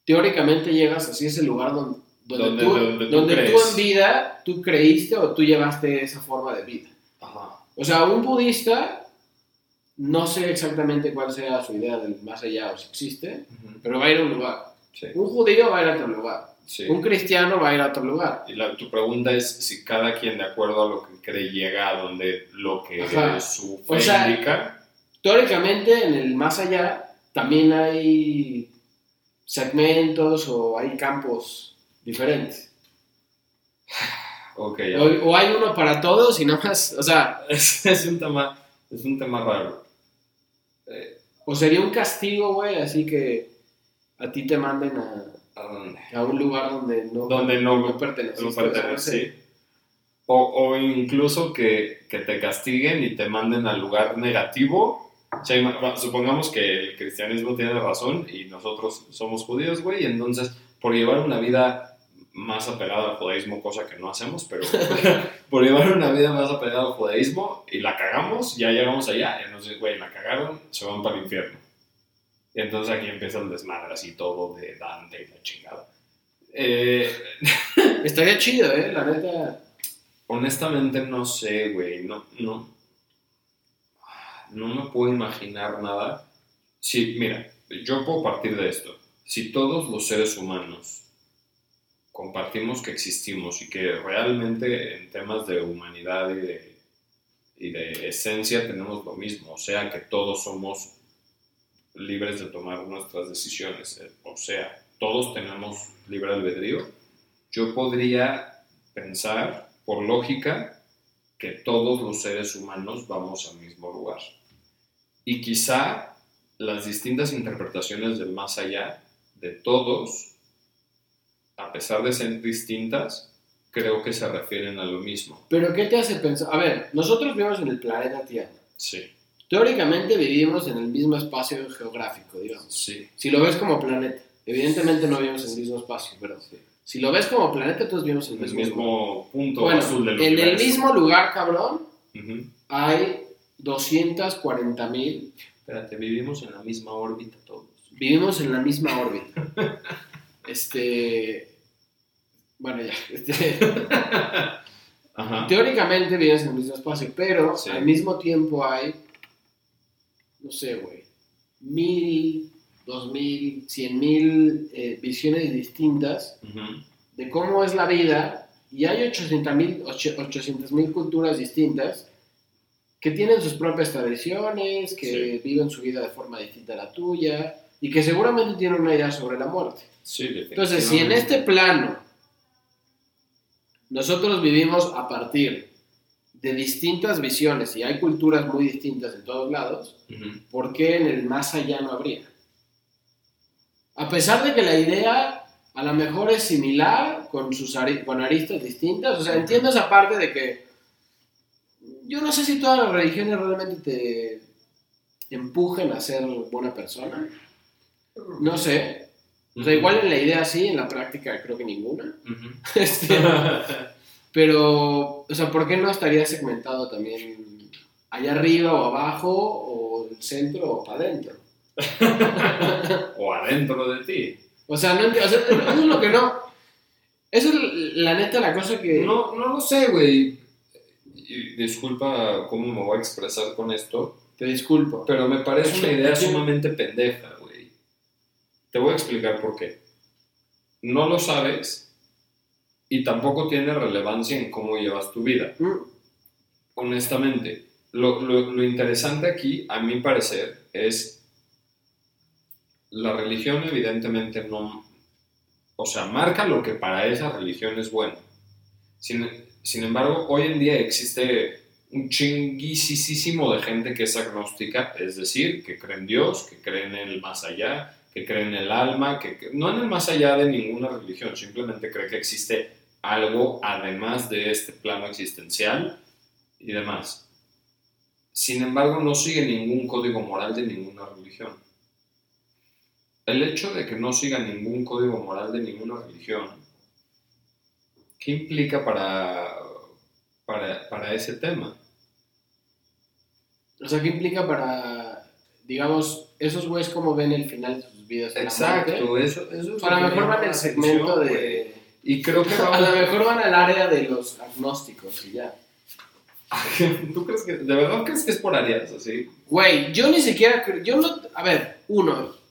A: teóricamente llegas así a ese lugar donde, donde,
B: Donde-
A: tú,
B: donde tú
A: donde tú
B: crees.
A: en vida tú creíste o tú llevaste esa forma de vida.
B: Ajá.
A: O sea, un budista, no sé exactamente cuál sea su idea del más allá o si existe,
B: Ujú.
A: pero va a ir a un lugar.
B: Sí.
A: Un judío va a ir a otro lugar.
B: Sí.
A: Un cristiano va a ir a otro lugar.
B: Y la- tu pregunta es si cada quien, de acuerdo a lo que cree, llega a donde lo que
A: Ajá.
B: eh, su fe
A: O sea,
B: indica.
A: Teóricamente, en el más allá también hay segmentos o hay campos diferentes. O,
B: Ok, ya.
A: o hay uno para todos y nada más, o sea,
B: es, es un tema, es un tema raro. Eh,
A: O sería un castigo, güey, así que a ti te manden a,
B: ¿A dónde?
A: a un lugar donde no,
B: Donde no-
A: perteneces.
B: Lo pertenece, sí. O, o incluso que, que te castiguen y te manden al lugar negativo. O sea, ima- supongamos que el cristianismo tiene razón y nosotros somos judíos, güey, y entonces por llevar una vida más apegada al judaísmo, cosa que no hacemos, pero por llevar una vida más apegada al judaísmo y la cagamos, ya llegamos allá, y entonces, güey, la cagaron, se van para el infierno. Y entonces aquí empieza el desmadre así todo de Dante y la chingada. Eh,
A: Estaría chido, ¿eh? La neta.
B: Honestamente no sé, güey, no, no, no me puedo imaginar nada. Si, mira, yo puedo partir de esto. Si todos los seres humanos compartimos que existimos y que realmente en temas de humanidad y de, y de esencia tenemos lo mismo, o sea, que todos somos libres de tomar nuestras decisiones, eh, o sea, todos tenemos libre albedrío, yo podría pensar, por lógica, que todos los seres humanos vamos al mismo lugar. Y quizá las distintas interpretaciones del más allá de todos, a pesar de ser distintas, creo que se refieren a lo mismo.
A: Pero ¿qué te hace pensar? A ver, nosotros vivimos en el planeta Tierra.
B: Sí,
A: Teóricamente vivimos en el mismo espacio geográfico, digamos.
B: sí.
A: Si lo ves como planeta, evidentemente no vivimos en el mismo espacio, pero si lo ves como planeta, todos vivimos en el
B: El
A: mismo. lugar.
B: mismo punto
A: Bueno,
B: azul del
A: en el
B: universo.
A: mismo lugar, cabrón,
B: Ujú.
A: hay 240 mil.
B: Espérate, vivimos en la misma órbita todos.
A: Vivimos en la misma órbita. Este. Bueno, ya. Este,
B: Ajá.
A: Teóricamente vives en el mismo espacio, pero
B: Ah. Sí.
A: al mismo tiempo hay, no sé, güey, mil, dos mil, cien mil eh, visiones distintas
B: Ujú.
A: de cómo es la vida y hay 800 mil culturas distintas que tienen sus propias tradiciones, que viven su vida de forma distinta a la tuya y que seguramente tienen una idea sobre la muerte.
B: Sí,
A: Entonces, si en este plano nosotros vivimos a partir de distintas visiones y hay culturas muy distintas en todos lados,
B: definitivamente.
A: ¿por qué en el más allá no habría? A pesar de que la idea a lo mejor es similar con sus ari- con aristas distintas, o sea, entiendo esa parte de que yo no sé si todas las religiones realmente te empujan a ser buena persona. No sé.
B: Ujú.
A: O sea, igual en
B: Mm.
A: la idea sí, en la práctica creo que ninguna.
B: Ujú.
A: Este, pero, o sea, ¿por qué no estaría segmentado también allá arriba o abajo o el centro o para adentro?
B: o adentro de ti.
A: O sea, no, enti- o sea, eso es lo que no. Eso es la neta la cosa que...
B: No, no lo sé, güey. Y Disculpa cómo me voy a expresar con esto,
A: Te disculpo.
B: pero me parece una idea sumamente pendeja, güey. Te voy a explicar por qué. No lo sabes y tampoco tiene relevancia en cómo llevas tu vida.
A: Mm,
B: honestamente, lo, lo- lo interesante aquí, a mi parecer, es la religión evidentemente no, o sea, marca lo que para esa religión es bueno. Sin, sin embargo, hoy en día existe un chinguisísimo de gente que es agnóstica, es decir, que cree en Dios, que cree en el más allá, que cree en el alma, que, que- no en el más allá de ninguna religión, simplemente cree que existe algo además de este plano existencial y demás. Sin embargo, no sigue ningún código moral de ninguna religión. El hecho de que no siga ningún código moral de ninguna religión, ¿qué implica para, para, para ese tema?
A: O sea, ¿qué implica para, digamos, esos güeyes cómo ven el final de sus vidas? en la muerte?
B: Exacto, eso, eso es
A: O a lo mejor
B: que
A: van
B: me llama
A: el
B: la
A: segmento
B: atención, güey.
A: de...
B: Y creo que
A: A lo
B: vamos...
A: mejor van al área de los agnósticos y ya.
B: ¿Tú crees que, de verdad crees que es por áreas así?
A: Güey, yo ni siquiera... cre- Yo no... A ver, uno,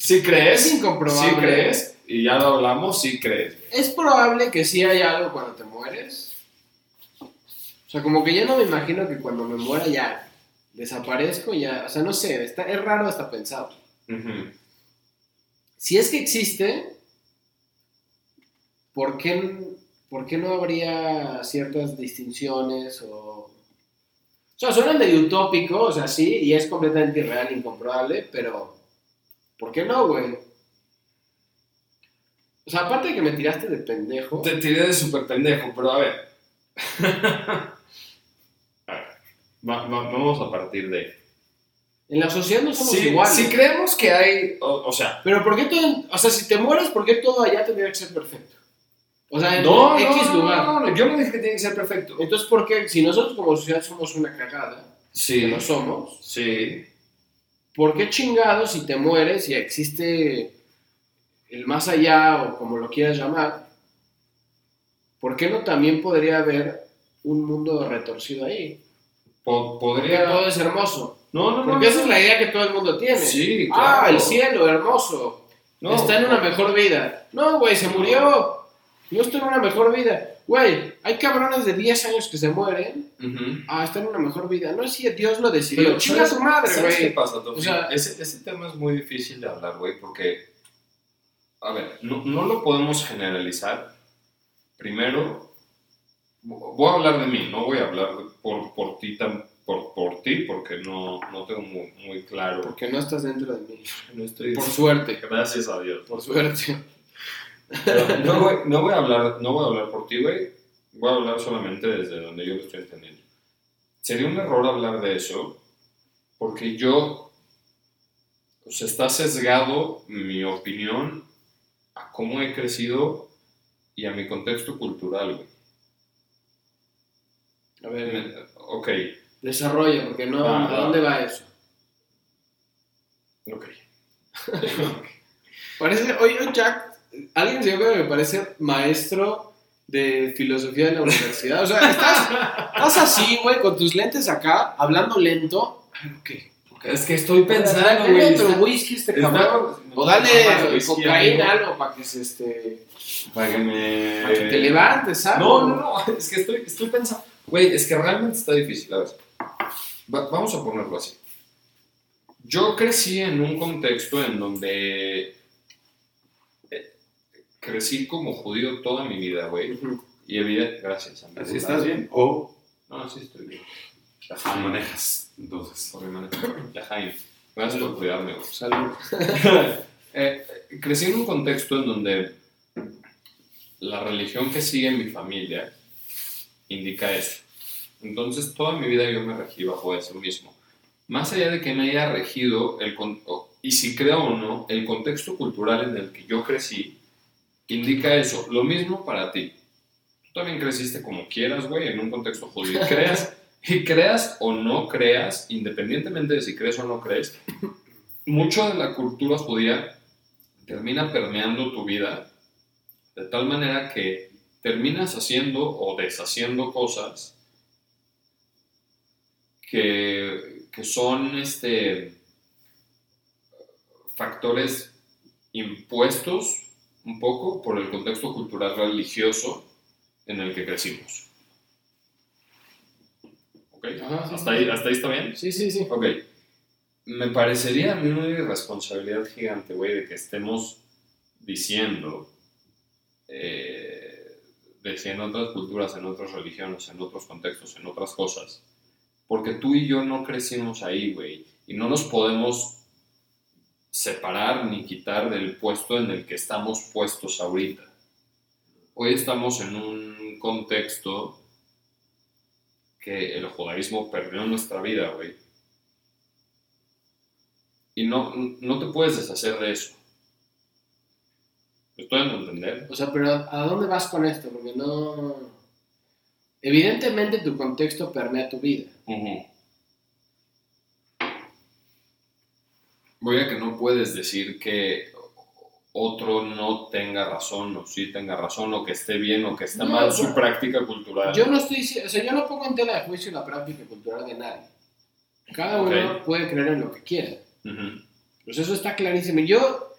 B: ¿Sí
A: es
B: crees?
A: incomprobable.
B: ¿Sí crees? Y ya lo hablamos, sí crees.
A: Es probable que sí hay algo cuando te mueres. O sea, como que ya no me imagino que cuando me muera ya desaparezco, ya... O sea, no sé, está, es raro hasta pensado.
B: Ujú.
A: Si es que existe, ¿por qué, por qué no habría ciertas distinciones o...? O sea, suena medio utópico, o sea, sí, y es completamente irreal, incomprobable, pero ¿por qué no, güey? O sea, aparte de que me tiraste de pendejo...
B: Te tiré de súper pendejo, pero a ver. a ver. va- va- vamos a partir de.
A: En la sociedad no somos
B: Si,
A: iguales.
B: si creemos que hay. O, o sea,
A: Pero ¿por qué todo, o sea, si te mueres, ¿por qué todo allá tendría que ser perfecto? O sea, en
B: no, no,
A: X
B: no,
A: lugar.
B: no, no, yo no dije que tiene que ser perfecto.
A: Entonces, ¿por qué? Si nosotros como sociedad somos una cagada, que
B: Sí,
A: lo somos,
B: sí.
A: ¿por qué chingados si te mueres y existe el más allá o como lo quieras llamar? ¿Por qué no también podría haber un mundo retorcido ahí?
B: Po-
A: Porque todo
B: podría.
A: es hermoso.
B: No, no, no.
A: Porque esa es la idea que todo el mundo tiene.
B: Sí, claro.
A: ah, el cielo, hermoso.
B: No,
A: está en una mejor vida. No, güey, se murió. No está en una mejor vida. Güey, hay cabrones de 10 años que se mueren.
B: ujú.
A: Ah, está en una mejor vida. No es si Dios lo decidió.
B: Pero
A: Chinga
B: ¿sabes-
A: su madre,
B: ¿Sabes qué
A: güey.
B: pasa, Tofi?
A: O sea-
B: ese, ese tema es muy difícil de hablar, güey, porque a ver, no, no lo podemos generalizar. Primero, vo- voy a hablar de mí, no voy a hablar de- por, por ti, tan- por, por ti porque no, no tengo muy, muy claro.
A: Porque no estás dentro de mí.
B: No estoy...
A: Por suerte,
B: Gracias a Dios.
A: por suerte.
B: Pero no, voy, no, voy a hablar, no voy a hablar por ti, güey. Voy a hablar solamente desde donde yo lo estoy entendiendo. Sería un error hablar de eso porque yo... O sea, está sesgado mi opinión a cómo he crecido y a mi contexto cultural, güey.
A: A ver,
B: Me- Ok,
A: desarrolla, porque no,
B: Ah,
A: ¿a dónde va eso?
B: ok.
A: Parece, oye, Jack, alguien se dio cuenta que me parece maestro de filosofía en la universidad. O sea, estás, estás así, güey, con tus lentes acá, hablando lento. A ver, ok.
B: Es que estoy
A: Dale otro whisky a este cabrón. O dale cocaína, algo, para que se, este...
B: Para que me...
A: Para que te levantes, ¿sabes?
B: Eh, No, no, no, es que estoy, estoy pensando. Güey, es que realmente está difícil. A ver, va- vamos a ponerlo así. Yo crecí en un contexto en donde eh, crecí como judío toda mi vida, güey.
A: Ujú.
B: Y evidente, gracias. amigo.
C: Así estás bien. O
B: No, sí estoy bien. La
C: ah,
B: Jaime,
C: manejas. Entonces.
B: por mi manejo. La Jaime. Gracias por cuidarme, güey.
A: Salud.
B: Eh, eh, crecí en un contexto en donde la religión que sigue mi familia indica eso. Entonces, toda mi vida yo me regí bajo eso mismo. Más allá de que me haya regido, el, con- o- y si creo o no, el contexto cultural en el que yo crecí indica eso. Lo mismo para ti. Tú también creciste como quieras, güey, en un contexto judío. Creas, y creas o no creas, independientemente de si crees o no crees, mucho de la cultura judía termina permeando tu vida de tal manera que terminas haciendo o deshaciendo cosas que, que son este, factores impuestos un poco por el contexto cultural religioso en el que crecimos. ¿Ok?
A: Ajá, sí,
B: ¿Hasta
A: sí.
B: ahí, ¿Hasta ahí está bien?
A: Sí, sí, sí.
B: Ok. Me parecería a mí una irresponsabilidad gigante, güey, de que estemos diciendo, eh, de si en otras culturas, en otras religiones, en otros contextos, en otras cosas. Porque tú y yo no crecimos ahí, güey. Y no nos podemos separar ni quitar del puesto en el que estamos puestos ahorita. Hoy estamos en un contexto que el judaísmo perdió en nuestra vida, güey. Y no, no te puedes deshacer de eso. Estoy en entender.
A: O sea, pero ¿a dónde vas con esto? Porque no... Evidentemente tu contexto permea tu vida.
B: Voy a que no puedes decir que otro no tenga razón, o sí tenga razón, o que esté bien, o que está
A: No,
B: mal
A: o sea,
B: su práctica cultural.
A: Yo no estoy dici- o sea, yo no pongo en tela de juicio la práctica cultural de nadie. Cada uno
B: Ok.
A: puede creer en lo que quiera.
B: Ujú.
A: Pues eso está clarísimo. Yo,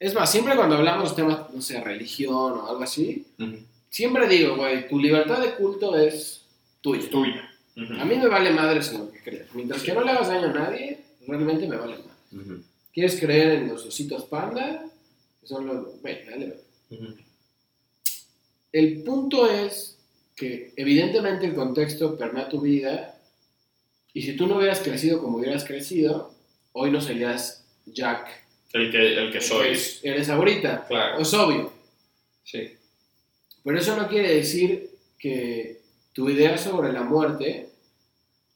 A: es más, siempre cuando hablamos de temas, no sé, religión o algo así,
B: Ujú.
A: siempre digo, güey, tu libertad de culto es tuya.
B: Es tuya. Ujú.
A: A mí me vale madres en lo que creas. Mientras que no le hagas daño a nadie, realmente me vale madre.
B: Ujú.
A: ¿Quieres creer en los ositos panda? Que son los... Güey, dale, güey.
B: Ujú.
A: El punto es que evidentemente el contexto permea tu vida y si tú no hubieras crecido como hubieras crecido, hoy no serías Jack.
B: El que, el que sois.
A: Eres ahorita.
B: Claro.
A: Es obvio.
B: Sí.
A: Pero eso no quiere decir que tu idea sobre la muerte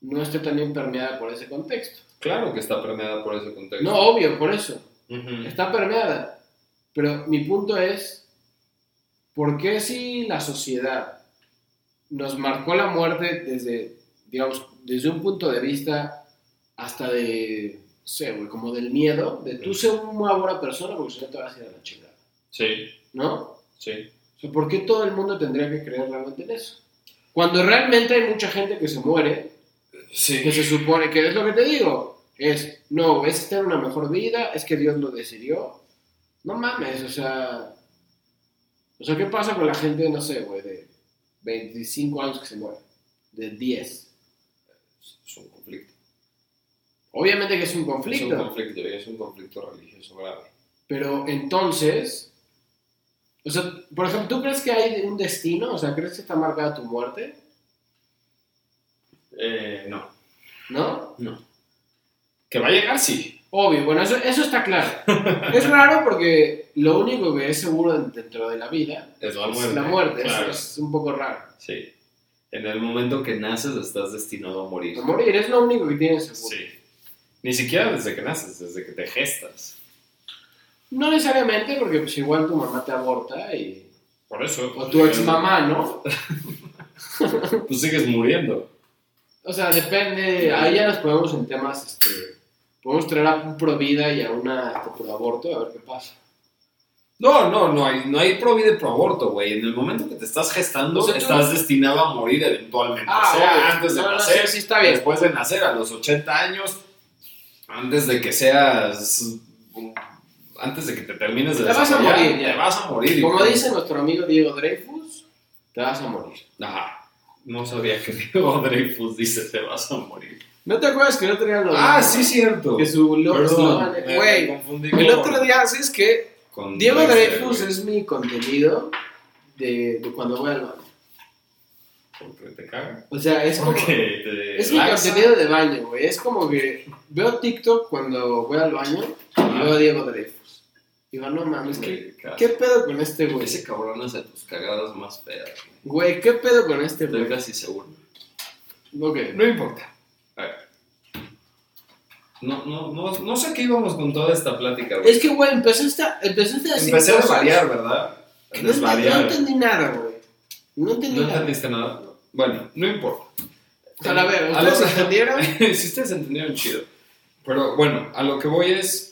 A: no esté también permeada por ese contexto.
B: Claro que está permeada por ese contexto.
A: No, obvio, por eso.
B: Ujú.
A: Está permeada. Pero mi punto es, ¿por qué si la sociedad nos marcó la muerte desde, digamos, desde un punto de vista hasta de, no sé, güey, como del miedo, de tú ser una buena persona porque si no te vas a ir a la chingada,
B: Sí,
A: ¿no?
B: sí.
A: O sea, ¿por qué todo el mundo tendría que creer realmente en eso? Cuando realmente hay mucha gente que se muere, que
B: Sí.
A: se supone que es lo que te digo, es, no, es tener una mejor vida, es que Dios lo decidió. No mames, o sea... O sea, ¿qué pasa con la gente, no sé, güey, de 25 años que se muere? De 10.
B: Es un conflicto.
A: Obviamente que es un
B: Es
A: conflicto,
B: un conflicto, es un conflicto religioso grave.
A: pero entonces O sea, por ejemplo, ¿tú crees que hay un destino? O sea, ¿crees que está marcada tu muerte?
B: Eh, no.
A: ¿No?
B: Que va a llegar, sí.
A: Obvio, bueno, eso, eso está claro. es raro porque lo único que es seguro dentro de la vida
B: Es la
A: es
B: muerte.
A: la muerte. Eso
B: Claro.
A: es un poco raro.
B: Sí. En el momento que naces estás destinado a morir.
A: A morir es lo único que tienes seguro.
B: Sí. Ni siquiera desde que naces, desde que te gestas.
A: No necesariamente porque pues igual tu mamá te aborta y...
B: Por eso.
A: O tu ex mamá, ¿no?
B: Tú Pues sigues muriendo.
A: O sea, depende. Ahí ya nos podemos en temas, este... Podemos traer a un pro vida y a una este, pro aborto a ver qué pasa.
B: No, no, no hay, no hay pro vida y pro aborto, güey. En el momento que te estás gestando,
A: O sea, tú-
B: estás destinado a morir eventualmente.
A: Ah,
B: sea
A: ya,
B: antes de
A: no, no,
B: nacer,
A: sí, sí, está bien.
B: después de nacer, a los 80 años, antes de que seas. Antes de que te termines de
A: Te vas a
B: desarrollar,
A: morir, ya.
B: Te vas a morir.
A: Como
B: hijo.
A: dice nuestro amigo Diego Dreyfus, te vas a morir.
B: Ajá. No sabía que Diego Dreyfus dice te vas a morir.
A: ¿No te acuerdas que el otro día lo
B: Ah, sí, cierto.
A: Que su lo-
B: Perdón,
A: eslogan-
B: me- me
A: Güey,
B: confundí
A: el
B: con-
A: otro día, ¿sabes que
B: con
A: Diego
B: Dexter,
A: Dreyfus
B: güey,
A: es mi contenido de, de cuando voy al baño.
B: Porque te caga.
A: O sea, es como...
B: Porque te
A: Es mi
B: laxa.
A: contenido de baño, güey. Es como que veo TikTok cuando voy al baño y veo a Diego Dreyfus. Digo, no mames, ¿qué,
B: Ah, Güey, caga.
A: qué pedo con este güey?
B: Ese cabrón hace tus cagadas más feas. güey.
A: Güey, ¿qué pedo con este
B: Estoy
A: güey?
B: casi seguro.
A: Ok.
B: No importa. A ver. No, no, no, no sé a qué íbamos con toda esta plática, güey.
A: Es que, güey, empezaste a, empezaste a decir
B: Empecé a
A: cosas
B: variar, ¿verdad?
A: que No, ent-
B: A
A: no
B: desvariar.
A: entendí nada, güey. No entendí
B: ¿No
A: nada.
B: entendiste nada? Bueno, no importa.
A: O sea, a ver,
B: A
A: ¿ustedes
B: los-
A: entendieron?
B: si ustedes entendieron, chido. Pero bueno, a lo que voy es.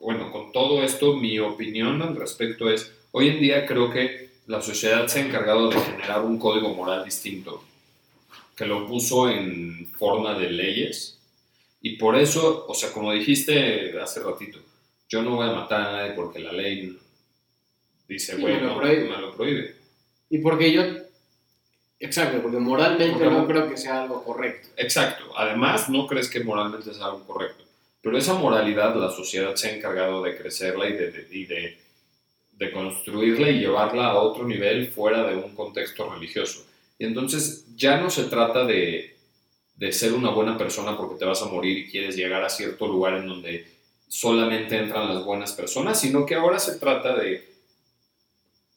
B: Bueno, con todo esto, mi opinión al respecto es: hoy en día creo que la sociedad se ha encargado de generar un código moral distinto, que lo puso en forma de leyes. Y por eso, o sea, como dijiste hace ratito, yo no voy a matar a nadie porque la ley dice,
A: Sí,
B: güey,
A: me lo
B: no,
A: prohíbe".
B: me lo prohíbe.
A: Y porque yo. Exacto, porque moralmente
B: Porque-
A: no creo que sea algo correcto.
B: Exacto. Además, no crees que moralmente es algo correcto. Pero esa moralidad la sociedad se ha encargado de crecerla y de, de- y de- de construirla y llevarla a otro nivel fuera de un contexto religioso. Y entonces ya no se trata de, de ser una buena persona porque te vas a morir y quieres llegar a cierto lugar en donde solamente entran las buenas personas, sino que ahora se trata de,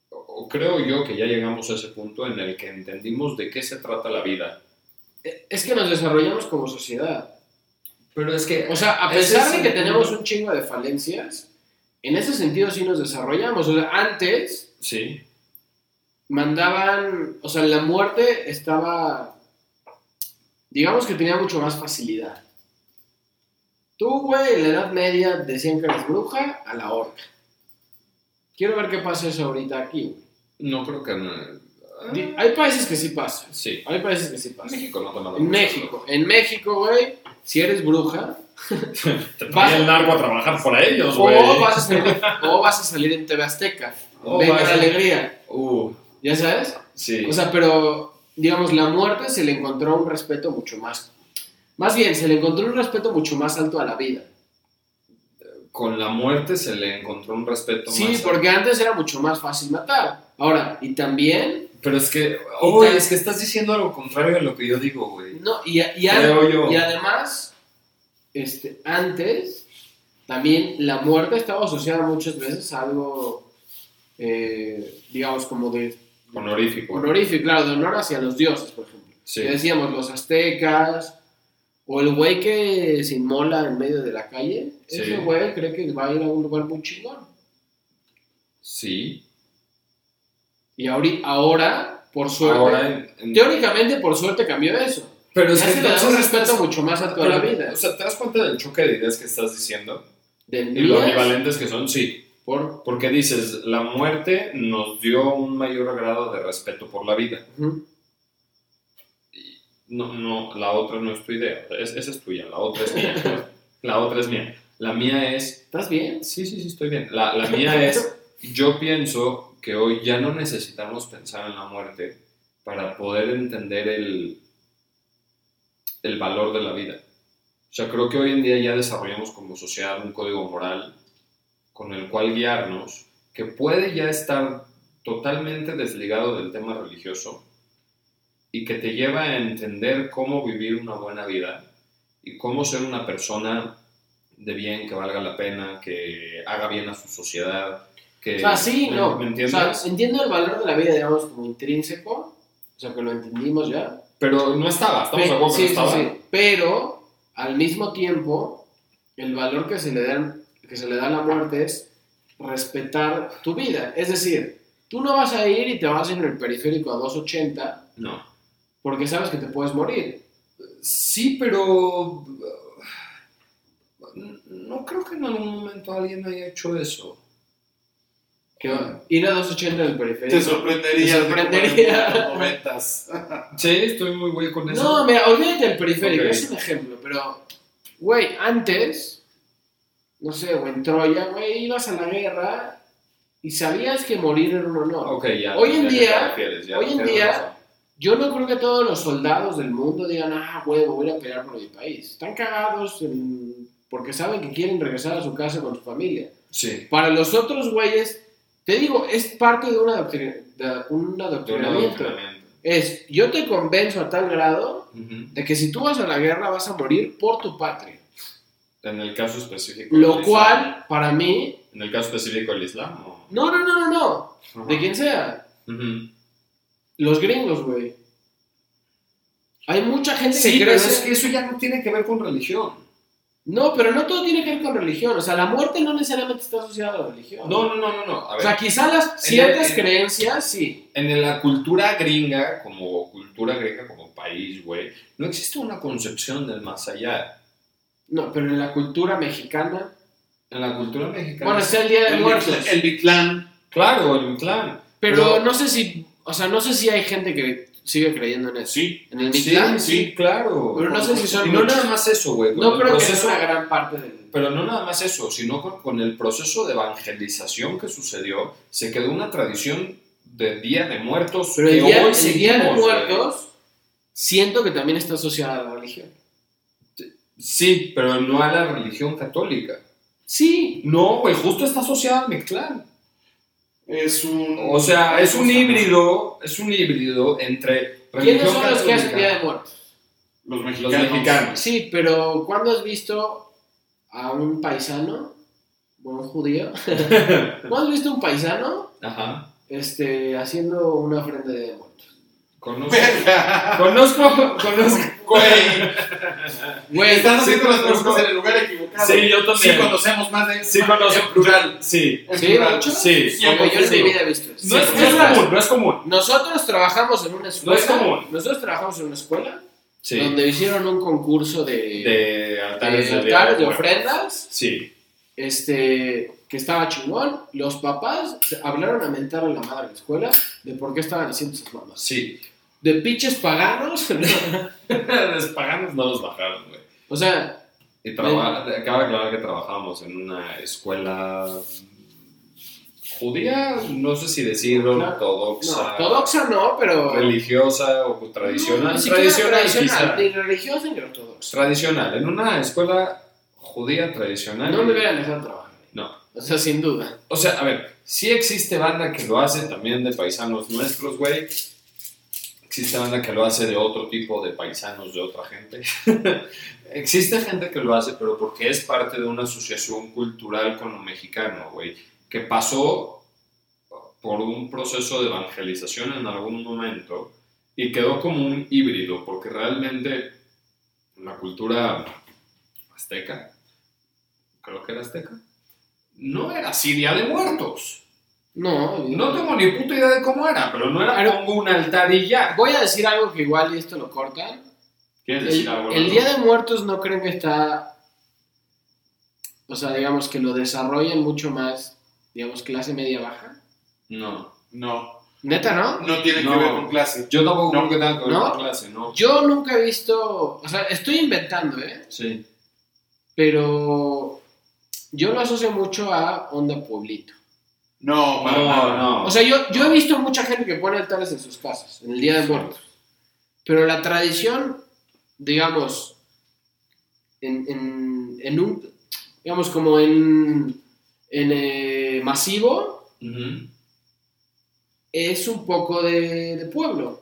B: o o creo yo que ya llegamos a ese punto en el que entendimos de qué se trata la vida.
A: Eh, Es que nos desarrollamos como sociedad.
B: Pero es que
A: O sea, a
B: Ese
A: pesar
B: es
A: de
B: el
A: que tenemos
B: punto.
A: un chingo de falencias, en ese sentido sí nos desarrollamos. O sea, antes
B: Sí,
A: mandaban. O sea, la muerte estaba. Digamos que tenía mucho más facilidad. Tú, güey, en la Edad Media decían que eras bruja a la horca. Quiero ver qué pasa eso ahorita aquí, güey.
B: no creo que... no-
A: Di- Hay países que sí pasa.
B: Sí,
A: Hay países que sí pasa.
B: México no toma la
A: En México, en México, güey, si eres bruja,
B: Te
A: Vas-
B: trae el narco a trabajar por ellos, güey.
A: o vas, a salir, o vas a salir en TV Azteca.
B: O
A: Venga
B: vas
A: la
B: a-
A: alegría,
B: Oh, Uh,
A: ¿ya sabes?
B: sí.
A: O sea, pero, digamos, la muerte se le encontró un respeto mucho más. Más bien, se le encontró un respeto mucho más alto a la vida.
B: Con la muerte se le encontró un respeto
A: Sí,
B: más.
A: porque antes era mucho más fácil matar. Ahora, y también,
B: Pero es que...
A: Uy.
B: es que estás diciendo algo contrario a lo que yo digo, güey.
A: no, y, a- y a-
B: Creo yo.
A: y además, este, antes, también la muerte estaba asociada muchas veces a algo, eh, digamos, como de
B: Honorífico.
A: honorífico, claro, de honor hacia los dioses, por ejemplo.
B: Sí.
A: Que Decíamos los aztecas, o el güey que se inmola en medio de la calle,
B: Sí.
A: ese güey cree que va a ir a un lugar muy chingón.
B: Sí.
A: Y ahori- ahora, por suerte,
B: Ahora... en- en-
A: teóricamente por suerte cambió eso. Pero
B: Pero es
A: le
B: que
A: da un
B: entonces
A: respeto
B: estás-
A: mucho más a toda la
B: Pero,
A: vida.
B: O sea, ¿te das cuenta del choque de ideas que estás diciendo?
A: De
B: Y lo
A: mías,
B: ambivalentes que son, sí.
A: por...
B: Porque dices, la muerte nos dio un mayor grado de respeto por la vida.
A: Ujú.
B: No, no, la otra no es tu idea. Es- esa es tuya, la otra es mía. la otra es mía. La mía es...
A: ¿Estás bien?
B: Sí, sí, sí, estoy bien. La, la mía es... Yo pienso que hoy ya no necesitamos pensar en la muerte para poder entender el, el valor de la vida. O sea, creo que hoy en día ya desarrollamos como sociedad un código moral con el cual guiarnos que puede ya estar totalmente desligado del tema religioso y que te lleva a entender cómo vivir una buena vida y cómo ser una persona de bien, que valga la pena, que haga bien a su sociedad. Que,
A: O sea, sí,
B: Eh, ¿me-
A: no.
B: ¿Me
A: o
B: entiendes?
A: sea, entiendo el valor de la vida, digamos, como intrínseco, o sea, que lo entendimos ya.
B: pero no estaba, estamos de
A: Pe-
B: acuerdo que
A: sí,
B: no
A: sí,
B: estaba.
A: sí. Pero, al mismo tiempo, el valor que se, le dan, que se le da a la muerte es respetar tu vida. Es decir, tú no vas a ir y te vas en el periférico a 280
B: No.
A: porque sabes que te puedes morir.
B: Sí, pero uh, no creo que en algún momento alguien haya hecho eso.
A: Que ir a 280 en el periférico.
C: Te sorprendería.
A: Te sorprendería.
C: de cómo eran los noventas.
B: Sí, estoy muy güey con eso.
A: No, mira, olvídate del periférico,
B: Ok.
A: es un ejemplo, pero, güey, antes, no sé, o en Troya, güey, ibas a la guerra y sabías que morir era un honor.
B: Ok, ya.
A: Hoy en
B: ya
A: día-
B: te refieres, ya
A: hoy en
B: tienes
A: día-
B: razón.
A: Yo no creo que todos los soldados del mundo digan, ah, güey, voy a ir a pelear por mi país. Están cagados en- porque saben que quieren regresar a su casa con su familia.
B: Sí.
A: Para los otros güeyes, te digo, es parte de una doctrina, de un
B: De un
A: adoctrinamiento.
B: adoctrinamiento.
A: Es, yo te convenzo a tal grado
B: Ujú.
A: de que si tú vas a la guerra vas a morir por tu patria.
B: En el caso específico. del
A: Lo
B: Islam.
A: cual, para mí,
B: En el caso específico del Islam. ¿o?
A: no, no, no, no, no. De quien sea.
B: Ujú.
A: Los gringos, güey. Hay mucha gente
B: Sí,
A: que
B: pero
A: crece.
B: es que eso ya no tiene que ver con religión.
A: No, pero no todo tiene que ver con religión. O sea, la muerte no necesariamente está asociada a la religión.
B: No, no, no, no. no.
A: O
B: A ver,
A: sea, quizá las ciertas
B: en-
A: creencias sí.
B: en la cultura gringa, como cultura griega, como país, güey, no existe una concepción del más allá.
A: No, pero en la cultura mexicana.
B: En la cultura mexicana.
A: Bueno, está el Día de
C: El
A: Muertos.
C: Mictlán- El Mictlán.
B: Claro, el Mictlán.
A: Pero
B: pero-
A: no sé si. O sea, no sé si hay gente que sigue creyendo en eso.
C: Sí.
A: En el
B: Sí,
A: Mictlán,
B: sí, claro.
A: Pero no sé si son
B: Y no
A: muchos.
B: nada más Pues eso, güey. con
A: No
B: el
A: creo que
B: proceso-
A: sea una gran parte del.
B: Pero no nada más eso, sino con, con el proceso de evangelización que sucedió, se quedó una tradición de Día de Muertos.
A: Pero el
B: que
A: día, el Día
B: hoy
A: de
B: seguimos, ¿eh? güey.
A: Muertos siento que también está asociada a la religión.
B: Sí, pero no a la religión católica.
A: Sí.
B: No, güey, justo está asociada al Mictlán.
C: Es un.
B: O sea, es un híbrido, es un híbrido entre
A: ¿Quiénes
B: religión
A: son los que hacen
B: católica-
A: Día de Muertos?
C: Los
B: Los
C: mexicanos.
B: mexicanos.
A: Sí, pero ¿cuándo has visto a un paisano, o un judío? ¿Cuándo has visto a un paisano
B: Ajá.
A: este, haciendo una ofrenda de Día de Muertos?
B: Conozco.
C: Verga.
B: Conozco, conozco.
C: Güey.
A: Güey,
C: Están haciendo las
B: conozco.
C: preguntas en el lugar equivocado.
B: Sí, yo también.
C: Sí, conocemos más de.
B: Sí, conozco.
C: En plural.
B: Sí.
C: En
A: ¿Sí,
C: plural.
A: mucho?
B: Sí.
A: Como yo en mi
B: Sí.
A: vida he visto.
B: No es,
A: Sí,
B: no es
A: más,
B: común, no es común.
A: Nosotros trabajamos en una escuela.
B: común.
A: Nosotros trabajamos en una escuela
B: Sí.
A: donde hicieron un concurso de,
B: De
A: de
B: altares de, Día
A: altares, de
B: Muertos.
A: ofrendas.
B: Sí.
A: este, que estaba chingón, los papás se- hablaron a mentar a la madre de la escuela de por qué estaban haciendo esas mamás.
B: Sí.
A: De pinches paganos.
B: Los paganos no los bajaron, güey.
A: o sea,
B: Y traba- acaba de aclarar que trabajamos en una escuela judía, no sé si decir
A: no,
B: ortodoxa.
A: ortodoxa no, pero...
B: religiosa o tradicional.
A: No, ni siquiera
B: tradicional,
A: tradicional,
B: quizá.
A: ni religiosa ni ortodoxa.
B: Tradicional. En una escuela judía tradicional.
A: No me hubieran dejado trabajar.
B: No.
A: O sea, sin duda.
B: O sea, a ver, sí existe banda que lo hace también de paisanos nuestros, güey. Existe banda que lo hace de otro tipo de paisanos, de otra gente. existe gente que lo hace, pero porque es parte de una asociación cultural con lo mexicano, güey. Que pasó por un proceso de evangelización en algún momento y quedó como un híbrido, porque realmente la cultura azteca, creo que era azteca, no era así Día de Muertos.
A: No,
B: No tengo ni puta idea de cómo era, pero no era
A: Claro.
B: pongo un altar y ya.
A: Voy a decir algo que igual y esto lo cortan.
B: ¿Quieres
A: El,
B: decir algo?
A: el
B: Lalo?
A: Día de Muertos no creen que está. O sea, digamos que lo desarrollan mucho más, digamos, clase media baja.
B: No.
C: No.
A: Neta, ¿no?
C: No tiene
B: No.
C: que ver con clase.
B: Yo tampoco
C: No.
B: creo que tenga que ver
A: ¿No?
B: con clase, ¿no?
A: Yo nunca he visto. O sea, estoy inventando, ¿eh?
B: Sí.
A: Pero. Yo lo asocio mucho a Onda Pueblito.
C: No, para
B: No,
C: nada.
B: no.
A: O sea, yo, yo he visto mucha gente que pone altares en sus casas, en el Día de Muertos. Pero la tradición, digamos, en, en- en un, digamos, como en, en eh, masivo,
B: Ujú.
A: es un poco de, de pueblo.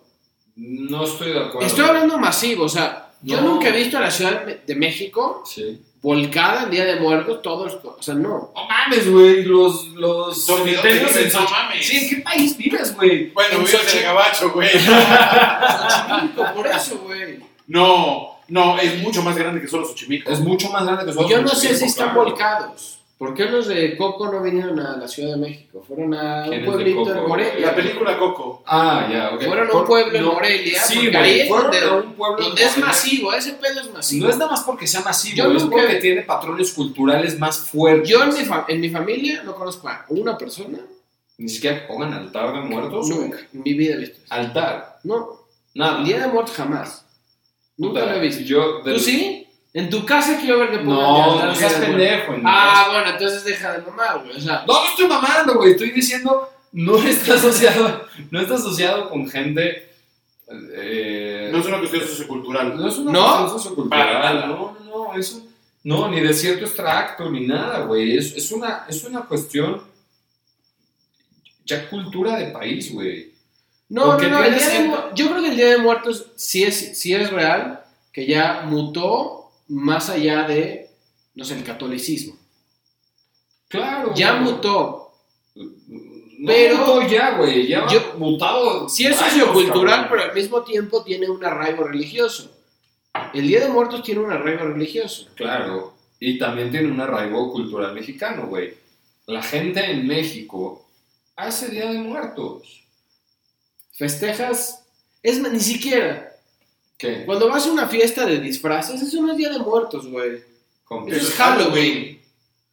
B: No estoy de acuerdo.
A: Estoy hablando masivo, o sea, yo
B: No.
A: nunca he visto a la Ciudad de México
B: Sí.
A: volcada en Día de Muertos, todos, o sea, no.
B: No mames, güey. Los, los
C: Dormidos
B: cementerios
C: dicen,
B: en
C: "No
B: Xoch-
C: mames".
B: Sí, ¿en qué país vives, güey?
C: Bueno,
B: en
C: vives en el
B: Xochimilco.
C: gabacho, güey.
A: Xochimilco, por eso, güey.
C: No, no, es mucho más grande que solo Xochimilco.
B: Es mucho más grande que Xochimilco,
A: Pues Yo no sé si están
B: claro.
A: volcados. ¿Por qué los de Coco no vinieron a la Ciudad de México? Fueron a un
B: ¿Quién es de
A: pueblito en
B: Coco?
A: Morelia.
C: La película Coco.
B: Ah, ya, ok.
A: Fueron a un
B: Por-
A: pueblo en
B: no.
A: Morelia,
B: Sí,
A: porque
B: güey,
A: ahí es
B: fueron
A: donde-
B: a un pueblo en
A: Donde es
B: Morelia.
A: masivo, ese pedo es masivo.
B: No es nada más porque sea masivo,
A: Yo
B: es
A: nunca-
B: porque tiene patrones culturales más fuertes.
A: Yo en mi, fa- en mi familia no conozco a una persona.
B: Ni siquiera pongan altar de muertos. güey.
A: Nunca. En mi vida he visto eso.
B: Altar,
A: No.
B: nada.
A: Día de muertos jamás. Nunca
B: Puta,
A: lo he visto.
B: Yo, de-
A: ¿Tú sí? En tu casa quiero ver que pongan Día
B: No,
A: de
B: no
A: Muertos.
B: seas pendejo. no.
A: Ah, bueno, entonces deja de mamar, güey. O sea,
B: No, no estoy mamando, güey. Estoy diciendo, no está asociado, no está asociado con gente. eh,
C: No es una cuestión sociocultural.
B: no es una
A: ¿No?
B: cuestión sociocultural,
C: Para nada.
B: No, no, no. Eso, no, ni de cierto extracto, ni nada, güey. Es, es una, es una cuestión. Ya cultura de país, güey.
A: no,
B: Porque
A: no, no. el
B: tienes
A: Día de
B: gente-
A: Mu- yo creo que el Día de Muertos sí es, sí es real, que ya mutó más allá de, no sé, el catolicismo.
B: Claro.
A: Ya
B: güey.
A: mutó.
B: No
A: Pero-
B: mutó ya, güey. Ya
A: Yo-
B: mutado.
A: Sí es
B: años,
A: sociocultural,
B: cabrón.
A: pero al mismo tiempo tiene un arraigo religioso. El Día de Muertos tiene un arraigo religioso.
B: Claro, y también tiene un arraigo cultural mexicano, güey. La gente en México hace Día de Muertos.
A: Festejas. Es más, ni siquiera.
B: ¿Qué?
A: Cuando vas a una fiesta de disfraces, eso no es Día de Muertos, güey.
B: ¿Con qué?
A: Eso es Halloween.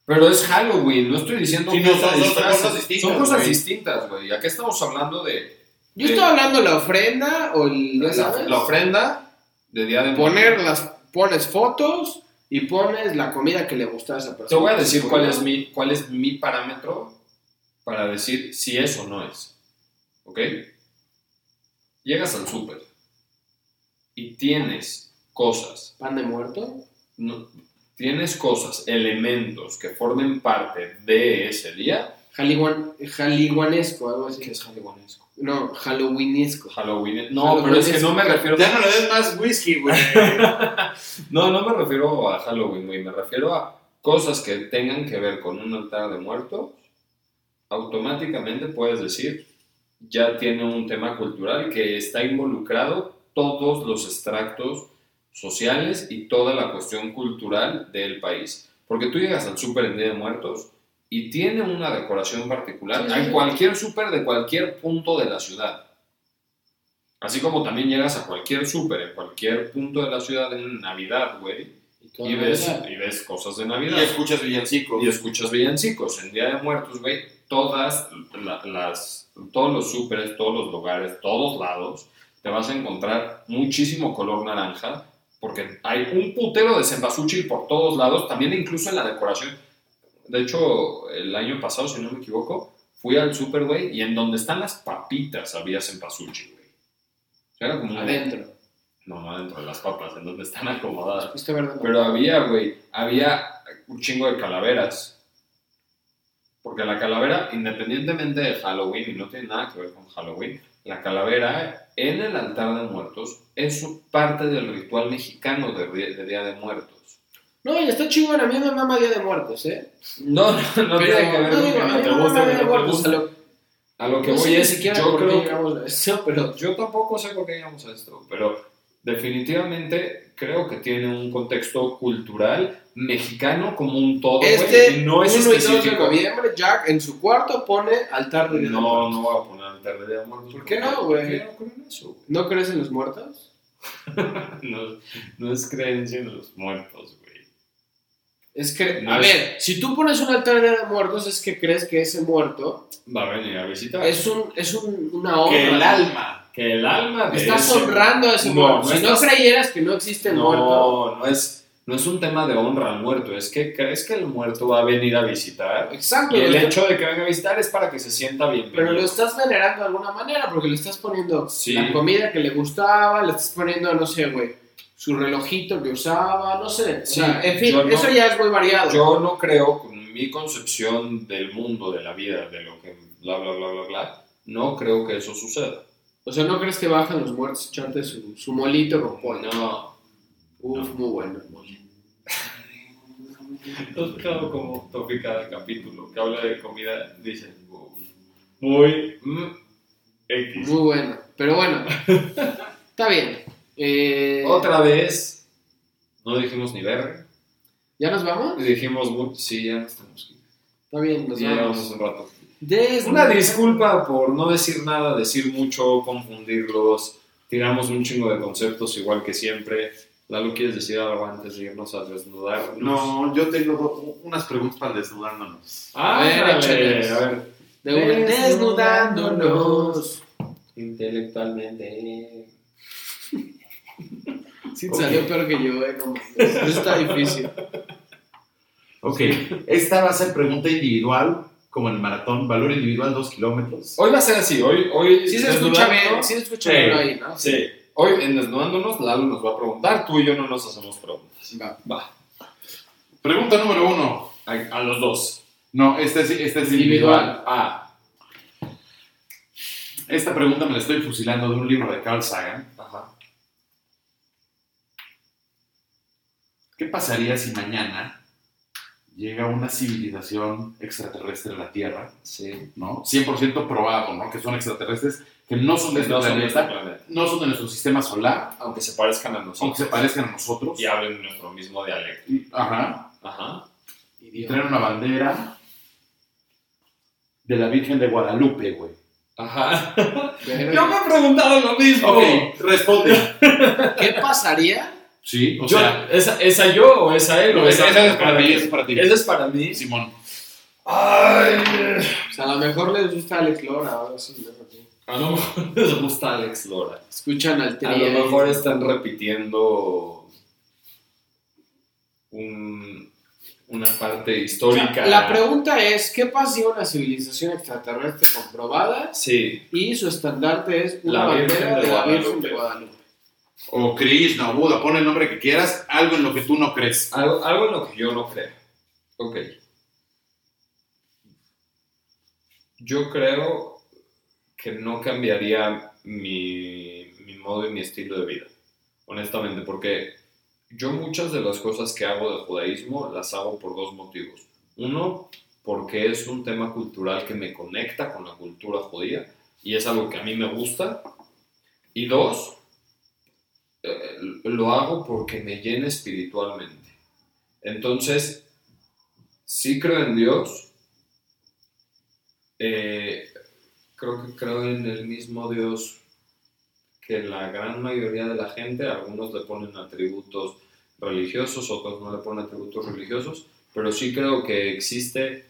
B: Pero es Halloween, no estoy diciendo
C: Sí,
B: que
C: no, son-
B: sea
C: son
B: disfraz.
C: cosas distintas,
B: Son cosas
C: güey.
B: distintas, güey. Acá estamos hablando de
A: Yo
B: Sí.
A: estoy hablando de la ofrenda o el. ya
B: la,
A: sabes?
B: la ofrenda de Día de Muertos.
A: Poner las. Pones fotos y pones la comida que le gusta a esa persona.
B: Te voy a decir cuál es, mi, cuál es mi parámetro para decir si es o no es. ¿Ok? Llegas al súper y tienes cosas
A: Pan de muerto.
B: no- tienes cosas, elementos que formen parte de ese día,
A: Jaliwan, jaliguanesco, algo
B: que
A: así.
B: es halloweenesco.
A: No, halloweenesco.
B: Halloween. No,
A: Halloween
B: pero es que
A: es-
B: no me refiero.
C: Ya no le des más whisky, güey.
B: No, no me refiero a Halloween, güey. Me refiero a cosas que tengan que ver con un altar de muertos. Automáticamente puedes decir, ya tiene un tema cultural que está involucrado todos los extractos sociales y toda la cuestión cultural del país. Porque tú llegas al súper en Día de Muertos y tiene una decoración particular
A: Sí, sí,
B: a
A: sí.
B: cualquier súper de cualquier punto de la ciudad. Así como también llegas a cualquier súper en cualquier punto de la ciudad en Navidad, güey, y ves, y ves cosas de
C: Y
B: Navidad.
C: escuchas villancicos.
B: Y escuchas villancicos. En Día de Muertos, güey, todas la- las, todos los súperes, todos los lugares, todos lados, te vas a encontrar muchísimo color naranja, porque hay un putero de cempasúchil por todos lados, también incluso en la decoración. De hecho, el año pasado, si no me equivoco, fui al súper, güey, y en donde están las papitas había cempasúchil, güey. O sea, era como un-
A: Adentro.
B: No, no adentro de las papas, en donde están acomodadas.
A: Fuiste a ver dónde-
B: Pero había, güey, había un chingo de calaveras. Porque la calavera, independientemente de Halloween, y no tiene nada que ver con Halloween, la calavera en el altar de muertos es su- parte del ritual mexicano de, ri- de Día de Muertos.
A: No, y está chingón, a mí me mama Día de Muertos, ¿eh?
B: No, no, no
A: Pero,
B: tiene que ver
A: no,
B: con
A: digo,
B: que
A: a
B: no
A: mí
B: te
A: me
B: gusta,
A: mama
B: que
A: Día de
B: no te
A: Muertos,
B: gusta.
A: a lo-
B: A lo que
A: no sé
B: voy
A: ni
B: es,
A: siquiera
B: yo
A: por qué
B: creo que
A: llegamos a esto, pero...
B: Yo tampoco sé por qué llegamos a esto, pero definitivamente creo que tiene un contexto cultural mexicano como un todo, güey,
A: Este
B: y no es
A: 1 y 2 de
B: específico.
A: noviembre, Jack en su cuarto pone altar de no.
B: No, no voy a poner el tarde de amor.
A: ¿Por qué no, güey?
B: no creo en eso, güey?
A: ¿No crees en los muertos?
B: No, no es creencia en los muertos, güey.
A: Es que,
B: No
A: a
B: es-
A: ver, si tú pones un altar de muertos es que crees que ese muerto
B: Va a venir a visitar.
A: es, un, es un- una obra.
C: Que el alma.
B: que el alma de
A: Estás
B: ese-
A: honrando a ese
B: No,
A: muerto.
B: no
A: si
B: estás-
A: no creyeras que no existe el muerto,
B: No, no es, no es un tema de honra al muerto, es que crees que el muerto va a venir a visitar.
A: exacto.
B: Y el
A: lo estás-
B: hecho de que venga a visitar es para que se sienta bienvenido.
A: pero lo estás venerando de alguna manera porque le estás poniendo
B: Sí.
A: la comida que le gustaba, le estás poniendo, no sé, güey, su relojito que usaba, no sé. O
B: Sí,
A: sea, en fin,
B: yo no-
A: eso ya es muy variado.
B: Yo no creo, con mi concepción del mundo, de la vida, de lo que bla, bla, bla, bla, bla, no creo que eso suceda.
A: O sea, ¿no crees que bajan los muertos echarte su, su molito con pollo?
B: No,
A: Uf, muy bueno el mole.
B: entonces claro, como tópica de capítulo que habla de comida, dicen, "Wow, muy mm, X.
A: Muy bueno. Pero bueno, está bien. Eh,
B: Otra vez, no dijimos ni ver,
A: ¿Ya nos vamos?
B: dijimos, mu- sí, ya estamos aquí.
A: Está bien, nos
B: Ya llevamos
A: vamos.
B: un rato.
A: Desde-
B: Una disculpa por no decir nada, decir mucho, confundirlos. Tiramos un chingo de conceptos igual que siempre. Lalo, ¿quieres decir algo antes de irnos a desnudarnos?
C: No, yo tengo do- unas preguntas para desnudándonos.
B: Ah,
A: A ver,
B: ándale,
A: échales.
B: a ver.
A: de una- desnudándonos.
B: Intelectualmente.
A: Sí, te
B: Ok.
A: salió peor que yo, eh, no mames. Eso está difícil.
C: Ok, esta va a ser pregunta individual, como en el maratón, valor individual 2 kilómetros.
B: Hoy va a ser así. Hoy, hoy
A: Sí se escucha
B: desnudándonos-
A: bien, sí se escucha
B: Sí.
A: bien ahí, ¿no?
B: Sí. Hoy en desnudándonos, Lalo nos va a preguntar. Tú y yo no nos hacemos preguntas.
A: Va.
B: Va.
C: Pregunta número uno.
B: A, a los dos.
C: No, esta es, esta es individual.
A: Individual.
B: Ah.
C: Esta pregunta me la estoy fusilando de un libro de Carl Sagan.
B: Ajá.
C: ¿Qué pasaría si mañana llega una civilización extraterrestre a la Tierra?
B: Sí.
C: ¿no? 100% probado, ¿no? Que son extraterrestres que no son de este
B: No son de este
C: planeta,
B: planeta.
C: no son de nuestro sistema solar,
B: Aunque se parezcan a nosotros.
C: aunque se parezcan a nosotros.
B: y hablen nuestro mismo dialecto.
C: Y- Ajá.
B: Ajá.
C: Y
A: Idiota.
C: traen una bandera de la Virgen de Guadalupe, güey.
B: Ajá.
A: Verga.
B: Yo me he preguntado lo mismo.
C: Ok, responde.
A: ¿Qué pasaría?
C: Sí, o
B: Yo-
C: sea,
B: esa, esa yo o esa él o
C: no, esa,
B: esa,
C: esa es para ti, esa es para ti.
B: Esa es para mí.
C: Simón.
B: Ay.
A: O sea, a lo mejor les gusta Alex Lora ahora sí, ¿no?
B: A lo mejor les gusta Alex Lora.
A: Escuchan al
B: A
A: trío.
B: lo mejor están repitiendo un- una parte
A: O sea,
B: histórica.
A: La pregunta es, ¿qué pasa si una civilización extraterrestre comprobada
B: Sí.
A: y su estandarte es una
B: La Virgen
A: bandera
B: de
A: de la
B: Guadalupe.
A: Virgen de Guadalupe?
C: O Krishna, o Buda, pon el nombre que quieras, algo en lo que tú no crees.
B: Algo, algo en lo que yo no creo. Ok. Yo creo que no cambiaría mi, mi modo y mi estilo de vida, honestamente, porque yo muchas de las cosas que hago de judaísmo las hago por dos motivos. Uno, porque es un tema cultural que me conecta con la cultura judía y es algo que a mí me gusta. Y dos, eh, lo hago porque me llena espiritualmente. Entonces, sí creo en Dios. eh, creo que creo en el mismo Dios que la gran mayoría de la gente. Algunos le ponen atributos religiosos, otros no le ponen atributos religiosos. Pero sí creo que existe eh,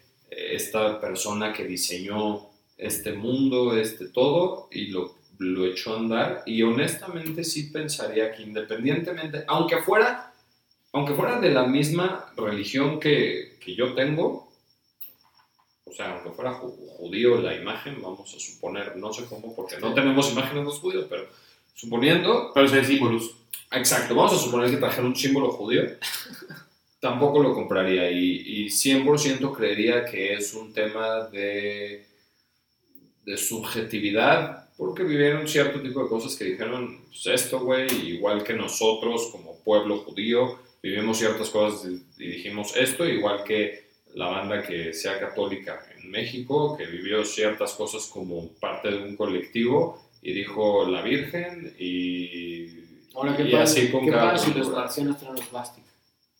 B: esta persona que diseñó este mundo, este todo, y lo, lo echó a andar. Y honestamente sí pensaría que independientemente, aunque fuera aunque fuera de la misma religión que, que yo tengo, o sea, aunque fuera ju- judío la imagen, vamos a suponer, no sé cómo, porque no tenemos imágenes de los judíos, pero suponiendo,
C: Pero si hay símbolos.
B: exacto, vamos a suponer que trajera un símbolo judío, tampoco lo compraría y, y 100% creería que es un tema de, de subjetividad, porque vivieron cierto tipo de cosas que dijeron, pues esto, güey, igual que nosotros como pueblo judío, vivimos ciertas cosas y y dijimos esto, igual que la banda que sea católica en México, que vivió ciertas cosas como parte de un colectivo y dijo la Virgen y,
A: Ahora, ¿qué
B: y
A: pasa,
B: así con
A: ¿qué
B: cada
A: pasa si los
B: cultura.
A: marcianos traen los plásticos?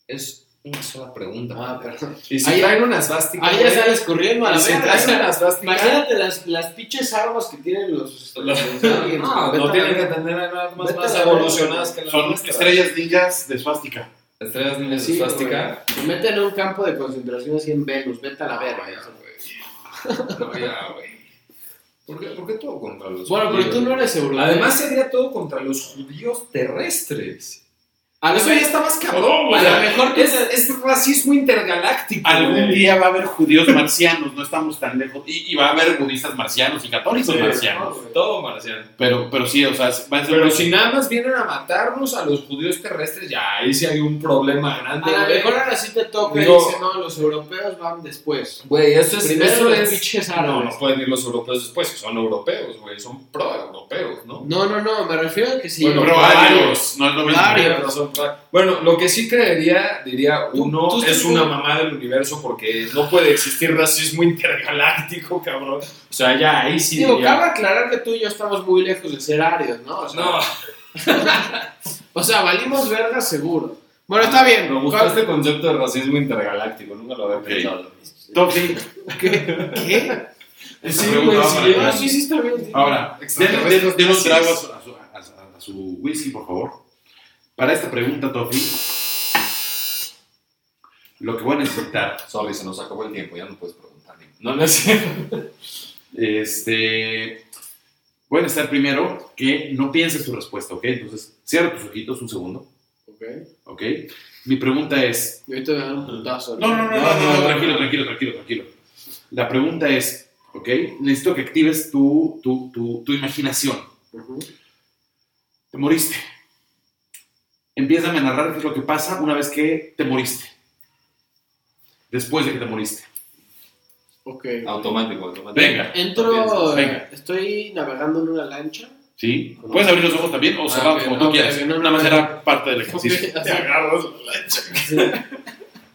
B: Es una sola pregunta.
A: Ah, perdón.
B: Y si
A: Ahí-
B: traen unas svástica,
A: Ahí
B: güey,
A: ya sales corriendo a
B: y
A: la
B: si
A: verga.
B: traen una svástica,
A: Imagínate las, las pinches armas que tienen los...
B: Las-
A: los aliens.
B: no,
A: Vete a
B: no
A: la
B: tienen que
A: verga.
B: tener armas
A: Vete a
B: más
A: la verga.
B: evolucionadas que las
C: Son
B: nuestras.
C: estrellas ninjas de suástica.
B: Estrellas niñas de
A: Sí,
B: svástica.
A: Te meten en un campo de concentración así en Venus, vete a la verga.
B: No, güey. No, ya, güey. ¿Por qué, por qué todo contra los
A: Bueno, pero
B: judíos?
A: tú no eres europeo.
B: Además sería todo contra los judíos terrestres.
A: A lo,
B: Eso ya está más cabrón, güey.
A: a lo mejor que
B: es, es racismo intergaláctico.
C: Algún
B: güey.
C: día va a haber judíos marcianos, no estamos tan lejos. Y, y va a haber budistas marcianos y católicos
B: Sí,
C: marcianos.
A: no, güey.
B: Todo marciano.
C: Pero, pero sí, o sea, va a ser
B: Pero
C: muy-
B: si nada más vienen a matarnos a los judíos terrestres, ya ahí sí hay un problema grande.
A: a lo
B: güey.
A: mejor ahora sí te toca y
B: Digo-
A: dice, no, los europeos van después.
B: Güey, eso es.
A: Primero
B: eso
A: los
B: es-
A: pinches
B: No,
A: árabes.
B: no pueden ir los europeos después, que son europeos, güey. Son pro-europeos, ¿no?
A: No, no, no, me refiero a que sí.
B: Bueno,
C: Pero varios, no es lo mismo.
A: Varios.
B: Pero son pro- Bueno, lo que sí creería, diría
A: Tú-
B: uno,
A: tú
B: es
A: estás
B: una
A: muy-
B: mamá del universo porque no puede existir racismo intergaláctico, cabrón. O sea, ya ahí sí
A: Digo,
B: diría-
A: cabe aclarar que tú y yo estamos muy lejos de ser arios, ¿no? O sea,
B: No,
A: o sea, valimos verga seguro. Bueno, está bien.
B: me gustó
A: ¿Cuál-
B: este concepto de racismo intergaláctico, nunca lo había
C: Ok.
B: pensado.
C: Top cinco.
A: ¿Qué?
C: Esa pregunta va para
A: No,
C: allá.
A: pues, sí, sí, está bien.
C: Ahora,
B: Extraterrestres
C: den- den- den un trago a
B: racistas.
C: su, a, su, a- a- a su whisky, por favor. Para esta pregunta, Tofi, lo que voy a necesitar
B: Sorry, se nos acabó el tiempo, ya no puedes preguntar. No, no es cierto.
C: Este, voy a necesitar primero que no pienses tu respuesta, ¿ok? Entonces, cierra tus ojitos un segundo,
A: Ok.
C: ¿ok? Mi pregunta es...
A: Y ahorita me dan un puntazo.
C: No, no, no, no, no, no, tranquilo, tranquilo, tranquilo, tranquilo. La pregunta es, ¿ok? Necesito que actives tu, tu, tu, tu imaginación.
A: Ujú.
C: Te moriste. Empieza a narrar qué es lo que pasa una vez que te moriste. Después de que te moriste.
A: Ok.
B: Automático, automático.
C: Venga.
A: Entro,
C: Venga.
A: eh, estoy navegando en una lancha.
C: ¿Sí? Puedes abrir los ojos también o
A: Ah,
C: cerrarlos
A: ok,
C: como tú
A: ok,
C: quieras.
A: ok, no, no,
C: Una
A: no.
C: manera parte del ejercicio.
A: Ok, así. Sí.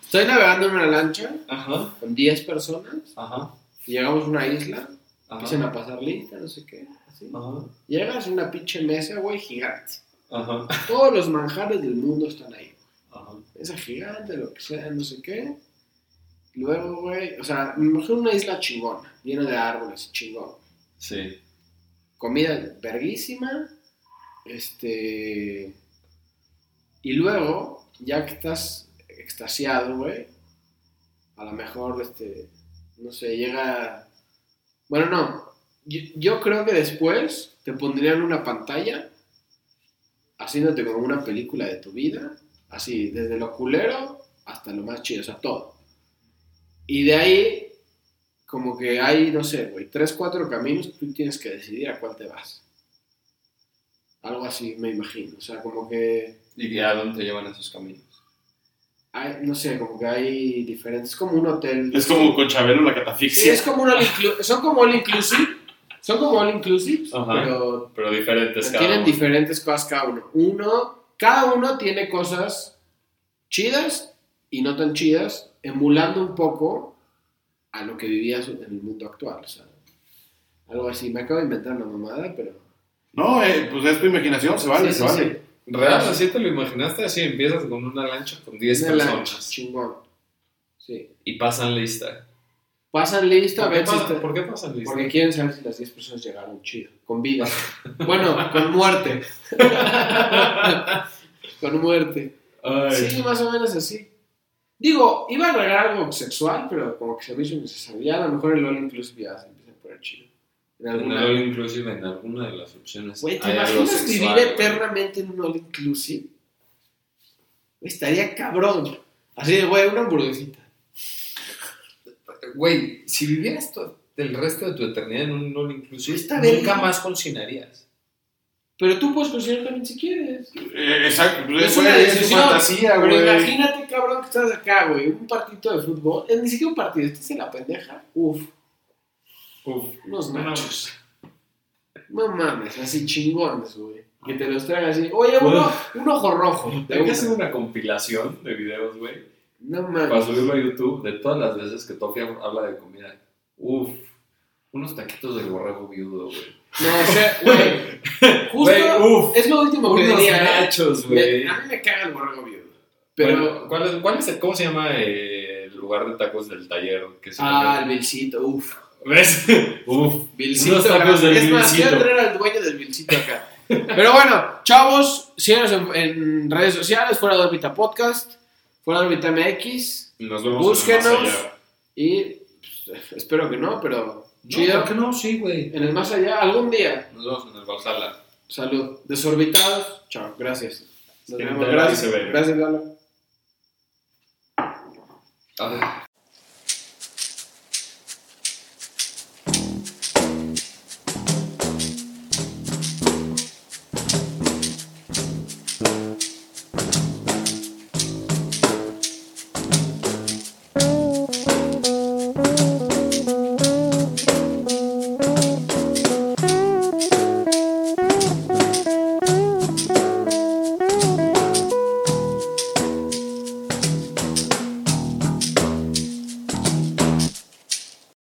A: Estoy navegando en una lancha
B: Ajá,
A: con 10 personas.
B: ajá,
A: Llegamos a una isla.
B: ajá.
A: Empiezan a pasar lista, no sé qué. así.
B: Ajá,
A: Llegas a una pinche mesa, güey, gigante.
B: ajá,
A: Todos los manjares del mundo están ahí.
B: ajá.
A: Mesa gigante, lo que sea, no sé qué. Luego, güey, o sea, me imagino una isla chingona, llena de árboles, chingón.
B: Sí.
A: Comida verguísima. Este. Y luego, ya que estás extasiado, güey, a lo mejor, este. No sé, llega. Bueno, no. Yo, yo creo que después te pondrían una pantalla haciéndote como una película de tu vida, así, desde lo culero hasta lo más chido, o sea, todo. Y de ahí, como que hay, no sé, güey, tres, cuatro caminos, tú tienes que decidir a cuál te vas. Algo así, me imagino. O sea, como que,
B: ¿Y a dónde te llevan esos caminos?
A: hay, no sé, como que hay diferentes, es como un hotel.
C: Es como con Chabelo la
A: Sí,
C: catafixia.
A: es como un all inclu- son como all inclusive, son como all inclusive,
B: Ajá.
A: pero
B: Pero diferentes cada
A: tienen
B: uno.
A: diferentes cosas cada uno. Uno, cada uno tiene cosas chidas y no tan chidas, emulando un poco a lo que vivías en el mundo actual. o sea, algo así. Me acabo de inventar una mamada, pero.
C: No, eh, pues es tu imaginación, se vale,
A: Sí,
C: se
A: sí,
C: vale.
A: sí.
B: Real, así te lo imaginaste, así empiezas con una lancha con 10
A: Una
B: personas
A: lancha, chingón. Sí.
B: y pasan lista.
A: Pasan lista, a
B: ¿Por qué,
A: ver si
B: pasan,
A: está-
B: por qué pasan lista?
A: Porque quieren saber si las 10 personas llegaron chido, con vida. bueno, con muerte. con muerte.
B: Ay.
A: Sí, más o menos así. Digo, iba a agregar algo sexual, pero como que se me hizo innecesario. Ya a lo mejor el All Inclusive ya se empieza a poner chido. En
B: En
A: alguna-
B: algo inclusive en alguna de las opciones.
A: Güey, ¿te
B: hay algo
A: imaginas
B: sexual,
A: vivir
B: güey.
A: eternamente en un All Inclusive? Güey, Estaría cabrón. Así de, güey, una hamburguesita.
B: Güey, si vivieras to- el resto de tu eternidad en un all inclusive,
A: Está
B: nunca
A: verga.
B: más cocinarías.
A: Pero tú puedes cocinar también si quieres.
C: Eh, exacto, pues,
A: Es
C: güey,
A: una
C: es tu
A: decisión,
C: fantasía,
A: Pero
C: güey.
A: imagínate, cabrón, que estás acá, güey. Un partido de fútbol. Eh, Ni siquiera un partido. Estás en la pendeja. Uf,
B: Uf.
A: unos
B: No, no.
A: nachos. No mames, así chingones, güey. Que te los traigas así. Oye, uno, un ojo rojo. de
B: Hay que
A: una.
B: hacer una compilación de videos, güey,
A: No
B: para
A: mames.
B: subirlo a YouTube de todas las veces que Tofi habla de comida. Uf, unos taquitos de borrego viudo, güey.
A: No, o sea, güey. Justo
B: Güey, uf.
A: es lo último que
B: Unos
A: diría. ¿eh?
B: nachos,
A: Me-
B: güey.
A: A mí me caga el borrego viudo. Pero.
B: Bueno, ¿cuál es, cuál es el- ¿Cómo se llama eh, el lugar de tacos del taller? Que se
A: ah, el Vilcito, uf.
B: ¿Ves? Uf.
A: Vilcito.
B: Unos tacos
A: grande.
B: del
A: es más,
B: Vilcito.
A: quiero traer al dueño del Vilcito acá. Pero bueno, chavos, síganos en, en redes sociales, fuera de órbita podcast, fuera de órbita MX.
B: Nos vemos
A: Búsquenos.
B: en el más allá.
A: Y pues, espero que no, pero
B: No,
A: chido.
B: ¿por qué no? Sí, güey.
A: En el más allá, algún día.
B: Nos vemos en el Valhalla.
A: Salud. Desorbitados. Chao. Gracias. Nos
B: Sí,
A: vemos.
B: te agradece,
A: Gracias,
B: Bello.
A: gracias Lalo.
B: A ver.